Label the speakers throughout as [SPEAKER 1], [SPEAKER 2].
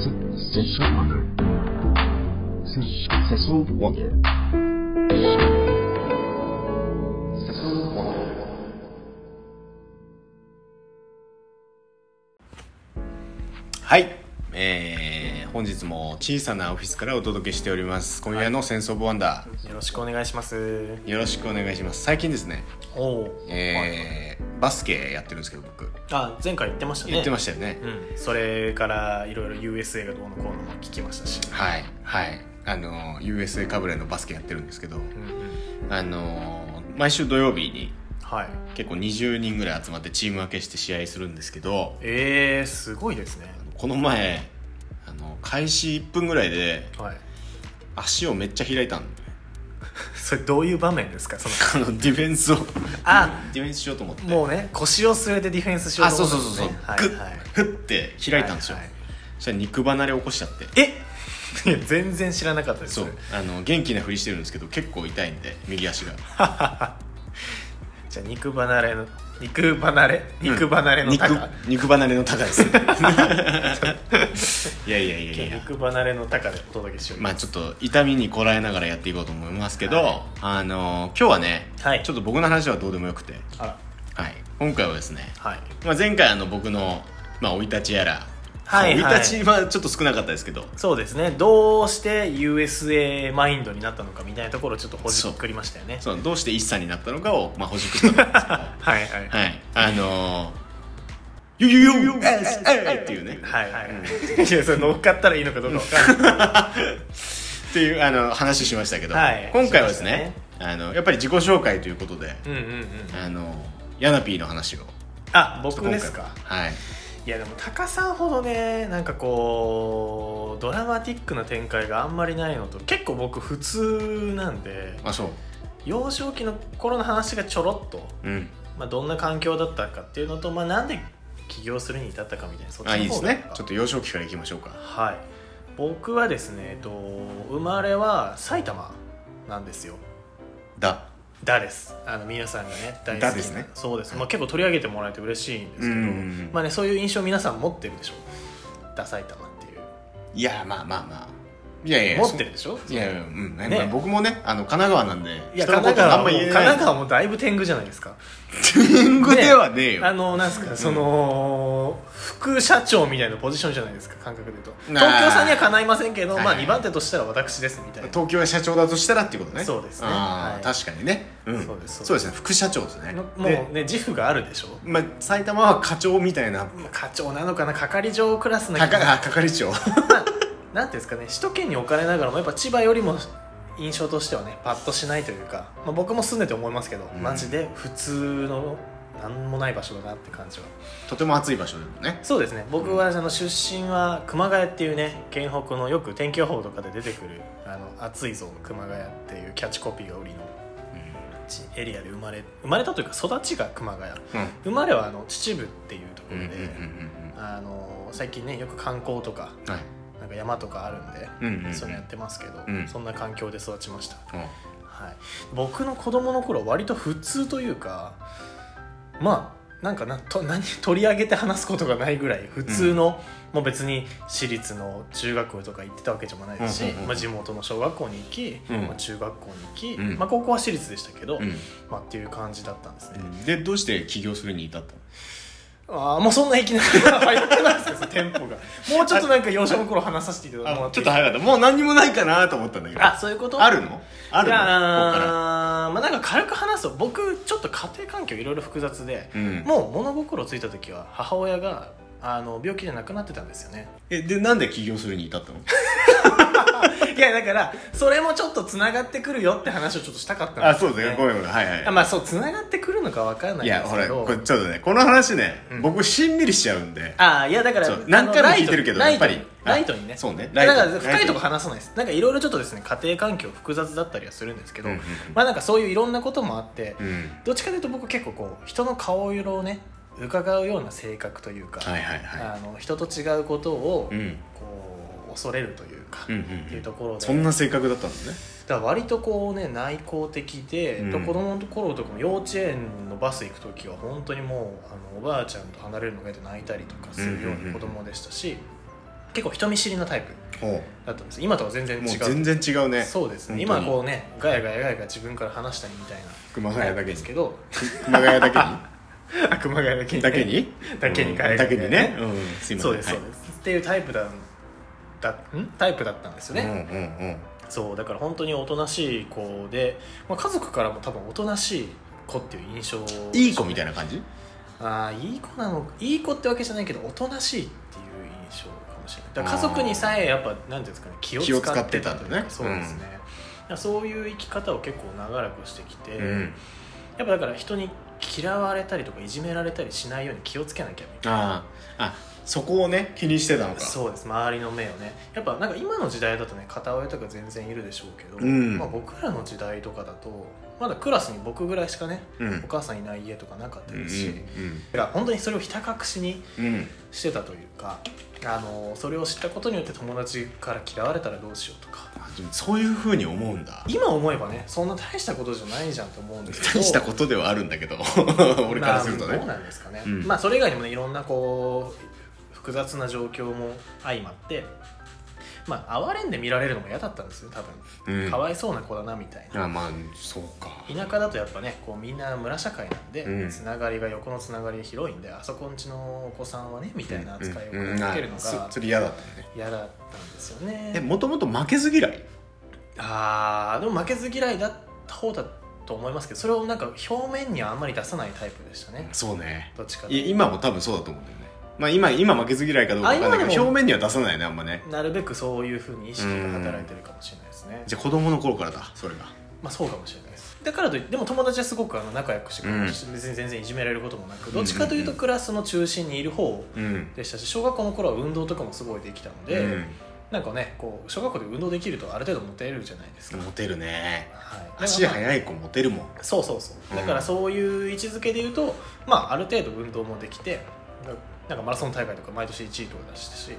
[SPEAKER 1] Sensor wonder. Sensor wonder. Sensor wonder.
[SPEAKER 2] はい、えー、本日も小さなオフィスからお届けしております今夜の「センス・オブ・ワンダー
[SPEAKER 3] よろしくお願いします。」
[SPEAKER 2] よろしくお願いします最近ですね、
[SPEAKER 3] おお。
[SPEAKER 2] えー、バスケやってるんですけど僕
[SPEAKER 3] あ、前回言ってましたね。
[SPEAKER 2] 言ってま
[SPEAKER 3] し
[SPEAKER 2] したよね
[SPEAKER 3] うん。それからいろいろ USA がどうのこうのも聞きましたし。
[SPEAKER 2] はいはいあの USA かぶれのバスケやってるんですけど
[SPEAKER 3] うんうん。
[SPEAKER 2] あの毎週土曜日に
[SPEAKER 3] はい。
[SPEAKER 2] 結構20人ぐらい集まってチーム分けして試合するんですけど
[SPEAKER 3] えー、すごいですね。
[SPEAKER 2] この前あの開始1分ぐらいで
[SPEAKER 3] はい。
[SPEAKER 2] 足をめっちゃ開いたんで
[SPEAKER 3] それどういう場面ですか。その。
[SPEAKER 2] あのディフェンスを
[SPEAKER 3] あ、
[SPEAKER 2] ディフェンスしようと思って
[SPEAKER 3] もうね、腰を据えてディフェンスしよう
[SPEAKER 2] あ
[SPEAKER 3] と
[SPEAKER 2] そ
[SPEAKER 3] 思
[SPEAKER 2] う
[SPEAKER 3] った
[SPEAKER 2] そうそうそ
[SPEAKER 3] んですね
[SPEAKER 2] う、
[SPEAKER 3] はい
[SPEAKER 2] グッ、
[SPEAKER 3] はい
[SPEAKER 2] ふって開いたんですよ、
[SPEAKER 3] はいはい
[SPEAKER 2] そしたら肉離れ起こしちゃって
[SPEAKER 3] え、いや全然知らなかったです。
[SPEAKER 2] そうあの元気なふりしてるんですけど結構痛いんで右足が
[SPEAKER 3] じゃあ肉離れの肉離れ 肉離れの
[SPEAKER 2] 肉
[SPEAKER 3] 高。
[SPEAKER 2] 肉離れの高ですね いやいやいや
[SPEAKER 3] じゃ
[SPEAKER 2] い
[SPEAKER 3] あ
[SPEAKER 2] や
[SPEAKER 3] 肉離れの高でお届けしよう。
[SPEAKER 2] まあちょっと痛みにこらえながらやっていこうと思いますけど、
[SPEAKER 3] はい
[SPEAKER 2] あの今日はね、
[SPEAKER 3] はい
[SPEAKER 2] ちょっと僕の話はどうでもよくて、
[SPEAKER 3] あら。
[SPEAKER 2] はい、今回はですね、
[SPEAKER 3] はい。
[SPEAKER 2] まあ、前回あの僕のまあ、生い立ちやら
[SPEAKER 3] はいはい
[SPEAKER 2] まあ生い立ちはちょっと少なかったですけど
[SPEAKER 3] そうですねどうして USA マインドになったのかみたいなところをちょっとほじくりましたよね
[SPEAKER 2] そうどうして一歳になったのかを、まあ、ほじくったんですけど
[SPEAKER 3] はいはいはい
[SPEAKER 2] はい、あのー、ゆゆゆっていうね、
[SPEAKER 3] はいはいいやそれ乗っかったらいいのかどうか分かんない
[SPEAKER 2] っていうあの話しましたけど、
[SPEAKER 3] はい
[SPEAKER 2] 今回はですね
[SPEAKER 3] し
[SPEAKER 2] あのやっぱり自己紹介ということで、
[SPEAKER 3] うんうんうん
[SPEAKER 2] あのヤナピーの話を
[SPEAKER 3] あ僕ですか
[SPEAKER 2] 今回ははい
[SPEAKER 3] いやでもタカさんほどねなんかこうドラマティックな展開があんまりないのと結構僕普通なんで
[SPEAKER 2] あそう
[SPEAKER 3] 幼少期の頃の話がちょろっと、
[SPEAKER 2] うん
[SPEAKER 3] まあ、どんな環境だったかっていうのと、まあ、なんで起業するに至ったかみたいなそっちの
[SPEAKER 2] あ
[SPEAKER 3] 方が
[SPEAKER 2] いいですね
[SPEAKER 3] なんか
[SPEAKER 2] ちょっと幼少期からいきましょうか
[SPEAKER 3] はい僕はですね、えっと、生まれは埼玉なんですよ
[SPEAKER 2] だ
[SPEAKER 3] だですあの皆さんがね大好き
[SPEAKER 2] だ
[SPEAKER 3] な
[SPEAKER 2] ですね
[SPEAKER 3] そうです、まあ、結構取り上げてもらえて嬉しいんですけど、
[SPEAKER 2] うんうんうん
[SPEAKER 3] まあね、そういう印象皆さん持ってるでしょだ埼玉っていう
[SPEAKER 2] いやまあまあまあいやいや
[SPEAKER 3] 持ってるでしょ
[SPEAKER 2] そいやいやうん、
[SPEAKER 3] ね
[SPEAKER 2] まあ僕もねあの神奈川なんで
[SPEAKER 3] いや
[SPEAKER 2] 人の
[SPEAKER 3] 神
[SPEAKER 2] こ
[SPEAKER 3] 奈
[SPEAKER 2] とあん
[SPEAKER 3] 川も
[SPEAKER 2] ま言え
[SPEAKER 3] 神
[SPEAKER 2] ない
[SPEAKER 3] 奈川もだいぶ天狗じゃないですか
[SPEAKER 2] 天狗ではねえよ
[SPEAKER 3] あのなんですかその副社長みたいなポジションじゃないですか感覚で言うと
[SPEAKER 2] なあ
[SPEAKER 3] 東京さんにはかないませんけど、ま
[SPEAKER 2] は
[SPEAKER 3] あ、
[SPEAKER 2] いはい
[SPEAKER 3] 2番手としたら私ですみたいな
[SPEAKER 2] 東京へ社長だとしたらっていうことね
[SPEAKER 3] そうですね
[SPEAKER 2] ああ
[SPEAKER 3] はい
[SPEAKER 2] 確かにね、うん、
[SPEAKER 3] そうです
[SPEAKER 2] そ
[SPEAKER 3] そうう
[SPEAKER 2] で
[SPEAKER 3] です
[SPEAKER 2] ね副社長ですね
[SPEAKER 3] の
[SPEAKER 2] で
[SPEAKER 3] もうね自負があるでしょ
[SPEAKER 2] まあ、埼玉は課長みたいな
[SPEAKER 3] まあ課長なのかな係長クラスの
[SPEAKER 2] か
[SPEAKER 3] 人
[SPEAKER 2] かあ係長
[SPEAKER 3] なんていうんですかね首都圏に置かれながらもやっぱ千葉よりも印象としてはねパッとしないというか、まあ、僕も住んでて思いますけど、
[SPEAKER 2] ん
[SPEAKER 3] マジで普通のなんもない場所だなって感じは
[SPEAKER 2] とても暑い場所でもね
[SPEAKER 3] そうですね僕はあの出身は熊谷っていうね県北のよく天気予報とかで出てくる「あの暑いぞ熊谷」っていうキャッチコピーが売りのちエリアで生まれ生まれたというか育ちが熊谷
[SPEAKER 2] うん
[SPEAKER 3] 生まれはあの秩父っていうとこ
[SPEAKER 2] うん
[SPEAKER 3] ろ
[SPEAKER 2] う
[SPEAKER 3] で、
[SPEAKER 2] んうんうん
[SPEAKER 3] あの最近ねよく観光とか
[SPEAKER 2] うんはい
[SPEAKER 3] なんか山とかあるんで、
[SPEAKER 2] うんうんうん
[SPEAKER 3] そういうのやってますけど、
[SPEAKER 2] うん
[SPEAKER 3] そんな環境で育ちました、
[SPEAKER 2] うん
[SPEAKER 3] はい、僕の子供の頃割と普通というかまあなんかなと何取り上げて話すことがないぐらい普通の、もう別に私立の中学校とか行ってたわけじゃないですし、
[SPEAKER 2] うんうんうん
[SPEAKER 3] まあ、地元の小学校に行き、
[SPEAKER 2] うん
[SPEAKER 3] まあ、中学校に行き、
[SPEAKER 2] うん
[SPEAKER 3] まあ、高校は私立でしたけど、
[SPEAKER 2] うん
[SPEAKER 3] まあ、っていう感じだったんですね、
[SPEAKER 2] でどうして起業するに至ったの
[SPEAKER 3] ああもうそんないきなり入ってないですよそのテンポがもうちょっとなんか幼少の頃話させていただいてもら
[SPEAKER 2] あ
[SPEAKER 3] っ
[SPEAKER 2] ち
[SPEAKER 3] て
[SPEAKER 2] ょっ
[SPEAKER 3] いい
[SPEAKER 2] と早かったもう何にもないかなと思ったんだけど
[SPEAKER 3] あそういうこと
[SPEAKER 2] あるのあ
[SPEAKER 3] い
[SPEAKER 2] るのここか
[SPEAKER 3] や
[SPEAKER 2] ら
[SPEAKER 3] あーまあなんか軽く話すと僕ちょっと家庭環境いろいろ複雑で、
[SPEAKER 2] うん
[SPEAKER 3] もう物心ついた時は母親があの病気で亡くなってたんです よね
[SPEAKER 2] えでなんで起業するに至 ったの
[SPEAKER 3] いやだからそれもちょっとつながってくるよって話をちょっとしたかったんです
[SPEAKER 2] あそうですねごめん
[SPEAKER 3] ん
[SPEAKER 2] ごめんはいはい
[SPEAKER 3] まあそうつながってくるのかわからないいん
[SPEAKER 2] や
[SPEAKER 3] です
[SPEAKER 2] ほ
[SPEAKER 3] け
[SPEAKER 2] ら
[SPEAKER 3] ど
[SPEAKER 2] これちょっとねこの話ね、
[SPEAKER 3] うん
[SPEAKER 2] 僕しんみりしちゃうんで
[SPEAKER 3] ああいやだから
[SPEAKER 2] そう
[SPEAKER 3] あの
[SPEAKER 2] 何回も聞いてるけど
[SPEAKER 3] ライト
[SPEAKER 2] や
[SPEAKER 3] に
[SPEAKER 2] っぱり
[SPEAKER 3] ライトにね
[SPEAKER 2] あそうねラ
[SPEAKER 3] だ
[SPEAKER 2] イト
[SPEAKER 3] か
[SPEAKER 2] に
[SPEAKER 3] ら深いとこ話さないですなんかいろいろちょっとですね家庭環境複雑だったりはするんですけど、
[SPEAKER 2] うんうんうん
[SPEAKER 3] まあなんかそういういろんなこともあって、
[SPEAKER 2] うん
[SPEAKER 3] どっちかというと僕結構こう人の顔色をね伺うような性格というか、
[SPEAKER 2] はいはいは
[SPEAKER 3] あの人と違うことを
[SPEAKER 2] いうん
[SPEAKER 3] こう恐れるというか、
[SPEAKER 2] うんうん
[SPEAKER 3] って
[SPEAKER 2] う
[SPEAKER 3] いうんところで
[SPEAKER 2] そんな性格だったんですね
[SPEAKER 3] だから割とこうね内向的で、
[SPEAKER 2] うん
[SPEAKER 3] と子供の頃とかも幼稚園のバス行く時は本当にもうあのおばあちゃんと離れるのが嫌で泣いたりとかするような子供でしたし、結構人見知りなタイプ
[SPEAKER 2] ほ
[SPEAKER 3] だったんです今とは全然
[SPEAKER 2] うもう
[SPEAKER 3] 違う
[SPEAKER 2] 全然違うね
[SPEAKER 3] そうですね
[SPEAKER 2] 本当
[SPEAKER 3] 今
[SPEAKER 2] に
[SPEAKER 3] こうねガヤガヤガヤガヤ自分から話したりみたいな
[SPEAKER 2] 熊谷だけ
[SPEAKER 3] で
[SPEAKER 2] に
[SPEAKER 3] すけど
[SPEAKER 2] 熊谷だけに
[SPEAKER 3] あ熊谷だけに
[SPEAKER 2] だけに
[SPEAKER 3] だけに
[SPEAKER 2] ガ
[SPEAKER 3] ガ
[SPEAKER 2] ヤ
[SPEAKER 3] ヤ
[SPEAKER 2] だ
[SPEAKER 3] ガヤ
[SPEAKER 2] けにね、うん、すいません
[SPEAKER 3] そうです
[SPEAKER 2] はい
[SPEAKER 3] そうです、っていうタイプだだんタイプだったんですよね、
[SPEAKER 2] うんうんうん
[SPEAKER 3] そうだから本当におとなしい子で、まあ、家族からも多分おとなしい子っていう印象
[SPEAKER 2] いい子みたい
[SPEAKER 3] な
[SPEAKER 2] な感じ
[SPEAKER 3] あーいい子なのいい子ってわけじゃないけどおとなしいっていう印象かもしれないだから家族にさえやっぱなんていうんですかね気を
[SPEAKER 2] 気を使
[SPEAKER 3] 使
[SPEAKER 2] っ
[SPEAKER 3] ってて
[SPEAKER 2] た
[SPEAKER 3] た
[SPEAKER 2] んだ
[SPEAKER 3] と
[SPEAKER 2] ね
[SPEAKER 3] いうかそうですね、だからそういう生き方を結構長らくしてきて、
[SPEAKER 2] うん
[SPEAKER 3] やっぱだから人に嫌われたりとかいじめられたりしないように気をつけなきゃみたいな
[SPEAKER 2] あああそこをね気にしてたのか
[SPEAKER 3] そうです周りの目をねやっぱなんか今の時代だとね片親とか全然いるでしょうけど、
[SPEAKER 2] うん
[SPEAKER 3] まあ、僕らの時代とかだとまだクラスに僕ぐらいしかね
[SPEAKER 2] うん
[SPEAKER 3] お母さんいない家とかなかった
[SPEAKER 2] うん
[SPEAKER 3] ですし、だから本当にそれをひた隠しに
[SPEAKER 2] うんうん
[SPEAKER 3] してたというかあのそれを知ったことによって友達から嫌われたらどうしようとか
[SPEAKER 2] あでもそういうふうに思うんだ
[SPEAKER 3] 今思えばねそんな大したことじゃないじゃんと思うんですけど
[SPEAKER 2] 大したことではあるんだけど俺からすると
[SPEAKER 3] まあど
[SPEAKER 2] ね
[SPEAKER 3] うなんですかね、
[SPEAKER 2] うん
[SPEAKER 3] まあそれ以外にもねいろんなこう複雑な状況も相まってまあ哀れんで見られるのも嫌だったんですよ多分、
[SPEAKER 2] うん
[SPEAKER 3] かわいそうな子だなみたいな
[SPEAKER 2] あまあそうか
[SPEAKER 3] 田舎だとやっぱねこうみんな村社会なんで、
[SPEAKER 2] うん
[SPEAKER 3] つながりが横のつながりが広いんであそこんちのお子さんはねみたいな扱いを
[SPEAKER 2] うん
[SPEAKER 3] 受けるの
[SPEAKER 2] あ
[SPEAKER 3] が
[SPEAKER 2] そそれ嫌だったね
[SPEAKER 3] 嫌だったんですよね
[SPEAKER 2] えもともと負けず嫌い
[SPEAKER 3] あーでも負けず嫌いだった方だと思いますけどそれをなんか表面にはあんまり出さないタイプでしたね
[SPEAKER 2] そうね
[SPEAKER 3] どっちかというと
[SPEAKER 2] い今も多分そうだと思うんだよねまあ今今負けず嫌いかどうか分かんないけ
[SPEAKER 3] あ今で
[SPEAKER 2] ど
[SPEAKER 3] も
[SPEAKER 2] 表面には出さないねあんまね
[SPEAKER 3] なるべくそういうふうに意識が働いてるかもしれないですね、
[SPEAKER 2] じゃあ子供の頃からだそれが
[SPEAKER 3] まあそうかもしれないですだからといってでも友達はすごくあの仲良くしてくれるし、別に全然いじめられることもなくどっちかというとクラスの中心にいる方
[SPEAKER 2] うん
[SPEAKER 3] でしたし小学校の頃は運動とかもすごいできたので、
[SPEAKER 2] うん
[SPEAKER 3] なんかねこう小学校で運動できるとある程度モテるじゃないですか、
[SPEAKER 2] モテるね
[SPEAKER 3] はい、
[SPEAKER 2] 足
[SPEAKER 3] だからまあ
[SPEAKER 2] 速い子モテるもん
[SPEAKER 3] そうそうそうだからそういう位置づけで言うと、まあある程度運動もできてなんかマラソン大会とか毎年1位とか出してたし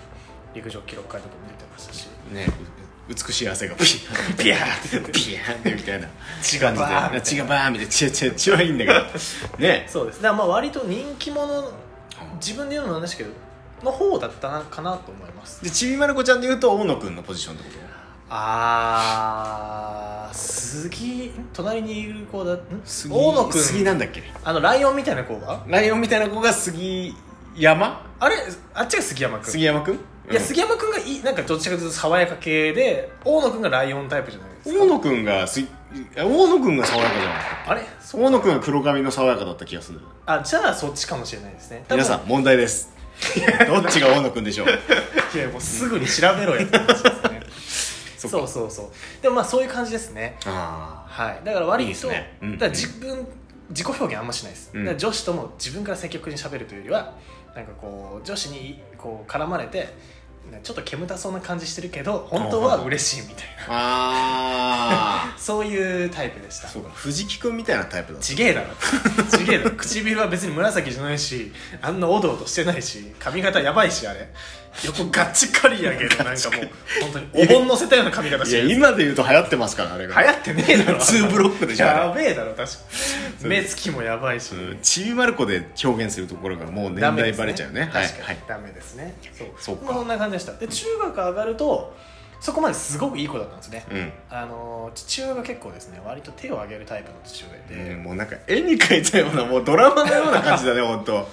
[SPEAKER 3] 陸上記録会とかも出てましたし
[SPEAKER 2] ねう美しい汗がピーピヤーってピヤーってみたいな
[SPEAKER 3] 血
[SPEAKER 2] 感じで血がバーンみたいな血は血は血はいいんだけどね
[SPEAKER 3] そうですだからまあ割と人気者自分で言うのもなんですけどの方だったなかなと思います
[SPEAKER 2] でちびまる子ちゃんで言うと大野くんのポジションってこ
[SPEAKER 3] あー杉隣にいる子だん
[SPEAKER 2] と
[SPEAKER 3] 大野く
[SPEAKER 2] 杉
[SPEAKER 3] ん
[SPEAKER 2] なんだっけ
[SPEAKER 3] あのライオンみたいな子は
[SPEAKER 2] ライオンみたいな子が杉山
[SPEAKER 3] あれあっちが杉山君
[SPEAKER 2] 杉山くん
[SPEAKER 3] いや杉山君がいいなんかどっちかというと爽やか系で大野君がライオンタイプじゃないですか
[SPEAKER 2] 大野くんがすい大野くんが爽やかじゃなかっ
[SPEAKER 3] あれ
[SPEAKER 2] た大野くんが黒髪の爽やかだった気がする
[SPEAKER 3] あじゃあそっちかもしれないですね多分
[SPEAKER 2] 皆さん問題です どっちが大野くんでしょう
[SPEAKER 3] いやもうすぐに調べろやって話ですね
[SPEAKER 2] そっか
[SPEAKER 3] そうそうそうでもまあそういう感じですね
[SPEAKER 2] あ
[SPEAKER 3] はい、だから割と
[SPEAKER 2] いいですねうん
[SPEAKER 3] だから自分、自己表現あんましないです、
[SPEAKER 2] うん
[SPEAKER 3] だから女子とも自分から積極的に喋るというよりはなんかこう女子にこう絡まれてなんかちょっと煙たそうな感じしてるけど本当は嬉しいみたいな
[SPEAKER 2] ああ
[SPEAKER 3] そういうタイプでした
[SPEAKER 2] あそうか藤木くんみたいなタイプだった
[SPEAKER 3] ちげえだろちげえだろ唇は別に紫じゃないしあんなおどおどしてないし髪型やばいしあれ横ガッチカリや けどなんかもう本当にお盆乗せたような髪型し
[SPEAKER 2] い
[SPEAKER 3] て
[SPEAKER 2] や
[SPEAKER 3] る
[SPEAKER 2] 今で言うと流行ってますからあれが
[SPEAKER 3] 流行ってねえだろ
[SPEAKER 2] ツーブロックでしょあれ
[SPEAKER 3] やべえだろ確か
[SPEAKER 2] う
[SPEAKER 3] に目つきもやばいし、
[SPEAKER 2] うんちびまる子で表現するところがもう年
[SPEAKER 3] ダメ
[SPEAKER 2] 代
[SPEAKER 3] です
[SPEAKER 2] バレちゃうねはい
[SPEAKER 3] 確か
[SPEAKER 2] は
[SPEAKER 3] に
[SPEAKER 2] い
[SPEAKER 3] ダメですねそう
[SPEAKER 2] そうか
[SPEAKER 3] まあそんな感じでしたで中学上がるとそこまですごくいい子だったんですね、
[SPEAKER 2] うん
[SPEAKER 3] あのー父親が結構ですね割と手を挙げるタイプの父親で、
[SPEAKER 2] えーもうなんか絵に描いたようなもうドラマのような感じだね本 当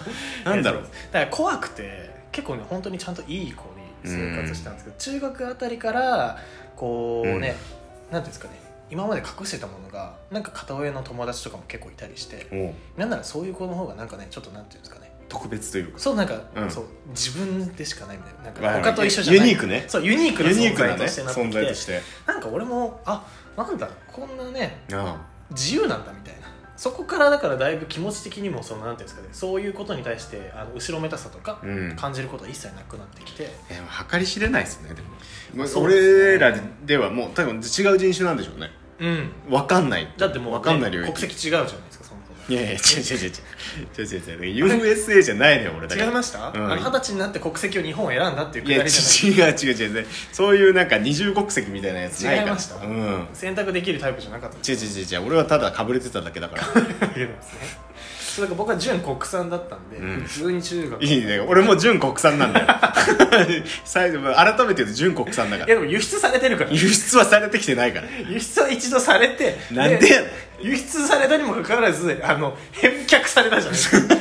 [SPEAKER 2] なんだろう
[SPEAKER 3] そうですだから怖くて結構ね本当にちゃんといい子に生活したんですけど、中学あたりからこうね、なんていうんですかね今まで隠してたものがなんか片親の友達とかも結構いたりして
[SPEAKER 2] もう
[SPEAKER 3] なんならそういう子の方がなんかねちょっとなんていうんですかね
[SPEAKER 2] 特別というか
[SPEAKER 3] そうなんか、
[SPEAKER 2] うん
[SPEAKER 3] そう自分でしかないみたいななん
[SPEAKER 2] わか
[SPEAKER 3] か
[SPEAKER 2] る
[SPEAKER 3] 他と一緒じゃない
[SPEAKER 2] ユニークね
[SPEAKER 3] そうユニークな
[SPEAKER 2] ユニ
[SPEAKER 3] 存
[SPEAKER 2] ークな
[SPEAKER 3] 在
[SPEAKER 2] ね
[SPEAKER 3] としてなってき
[SPEAKER 2] 存
[SPEAKER 3] て
[SPEAKER 2] 在として
[SPEAKER 3] なんか俺もあなんだこんなね
[SPEAKER 2] あ
[SPEAKER 3] 自由なんだみたいなそこからだからだいぶ気持ち的にもそのなんていうんですかねそういうことに対してあの後ろめたさとか
[SPEAKER 2] あうん
[SPEAKER 3] 感じることは一切なくなってきて、
[SPEAKER 2] えー計り知れないですねでも、まあ
[SPEAKER 3] そう
[SPEAKER 2] 俺
[SPEAKER 3] ですね
[SPEAKER 2] らではもう多分違う人種なんでしょうね
[SPEAKER 3] うん、
[SPEAKER 2] 分かんない
[SPEAKER 3] だってもう、ね、
[SPEAKER 2] 分かんない領域
[SPEAKER 3] 国籍違うじゃないですかその子
[SPEAKER 2] いやいや違う違う違う違う違う違う違う USA じゃないのよ俺だから
[SPEAKER 3] 違いました、
[SPEAKER 2] うん
[SPEAKER 3] あの二十歳になって国籍を日本を選んだっていうく
[SPEAKER 2] い
[SPEAKER 3] だ
[SPEAKER 2] や
[SPEAKER 3] りじ
[SPEAKER 2] 違
[SPEAKER 3] ゃ
[SPEAKER 2] う違う違うそういうなんか二重国籍みたいなやつないから
[SPEAKER 3] 違いました
[SPEAKER 2] うん
[SPEAKER 3] ない選択できるタイプじゃなかった
[SPEAKER 2] 違う違う違う違う俺はただかぶれてただけだから
[SPEAKER 3] 言うんですね そうだから僕は純国産だったんで、
[SPEAKER 2] うん
[SPEAKER 3] 普通に中学
[SPEAKER 2] いいね俺も純国産なんだよ 最後改めて言うと純国産だか
[SPEAKER 3] いや
[SPEAKER 2] ら
[SPEAKER 3] でも輸出されてるから
[SPEAKER 2] 輸出はされてきてないから
[SPEAKER 3] 輸出は一度されて
[SPEAKER 2] なんでやねん
[SPEAKER 3] 輸出されたにもかかわらずあの返却されたじゃな いですか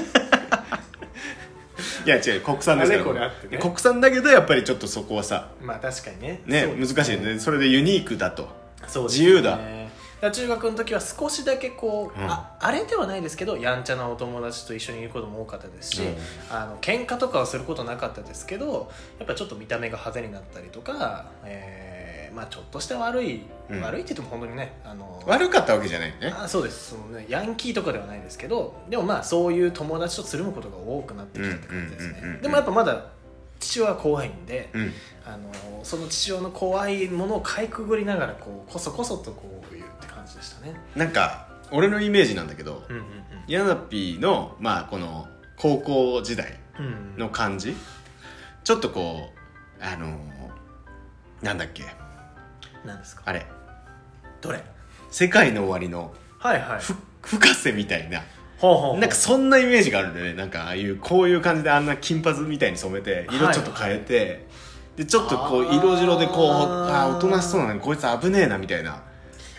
[SPEAKER 2] いや違う国産ですから
[SPEAKER 3] あれこれあってね
[SPEAKER 2] 国産だけどやっぱりちょっとそこはさ
[SPEAKER 3] まあ確かにね
[SPEAKER 2] ね難しいねそれでユニークだと
[SPEAKER 3] そうです
[SPEAKER 2] 自由だ
[SPEAKER 3] ねだから中学の時は少しだけこう、
[SPEAKER 2] うん
[SPEAKER 3] ああれではないですけどやんちゃなお友達と一緒にいることも多かったですし、
[SPEAKER 2] うん
[SPEAKER 3] あの喧嘩とかはすることなかったですけどやっぱちょっと見た目が派手になったりとか、えーまあ、ちょっとした悪い、
[SPEAKER 2] うん
[SPEAKER 3] 悪いって言っても本当にねあの
[SPEAKER 2] 悪かったわけじゃないよね
[SPEAKER 3] あそうですその、ね、ヤンキーとかではないですけどでもまあそういう友達とつるむことが多くなってきたって感じです
[SPEAKER 2] うんうんうんうんう
[SPEAKER 3] ね
[SPEAKER 2] ん
[SPEAKER 3] でもやっぱまだ父親は怖いんで、
[SPEAKER 2] うん
[SPEAKER 3] あのその父親の怖いものをかいくぐりながらこうこそこそとこう言うって感じでしたね
[SPEAKER 2] なんか俺のイメージなんだけど
[SPEAKER 3] うんうん
[SPEAKER 2] ヤナピーのまあこの高校時代
[SPEAKER 3] うんうん
[SPEAKER 2] の感じちょっとこうあのなんだっけ
[SPEAKER 3] 何ですか
[SPEAKER 2] あれ
[SPEAKER 3] どれ
[SPEAKER 2] 世界の終わりの
[SPEAKER 3] はいはい
[SPEAKER 2] ふ深瀬みたいな
[SPEAKER 3] ほうほうほう
[SPEAKER 2] なんかそんなイメージがあるんだよねなんかああいうこういう感じであんな金髪みたいに染めて色ちょっと変えて、でちょっとこう
[SPEAKER 3] あー
[SPEAKER 2] 色白でこうああーおとなしそうなのこいつ危ねえなみたいな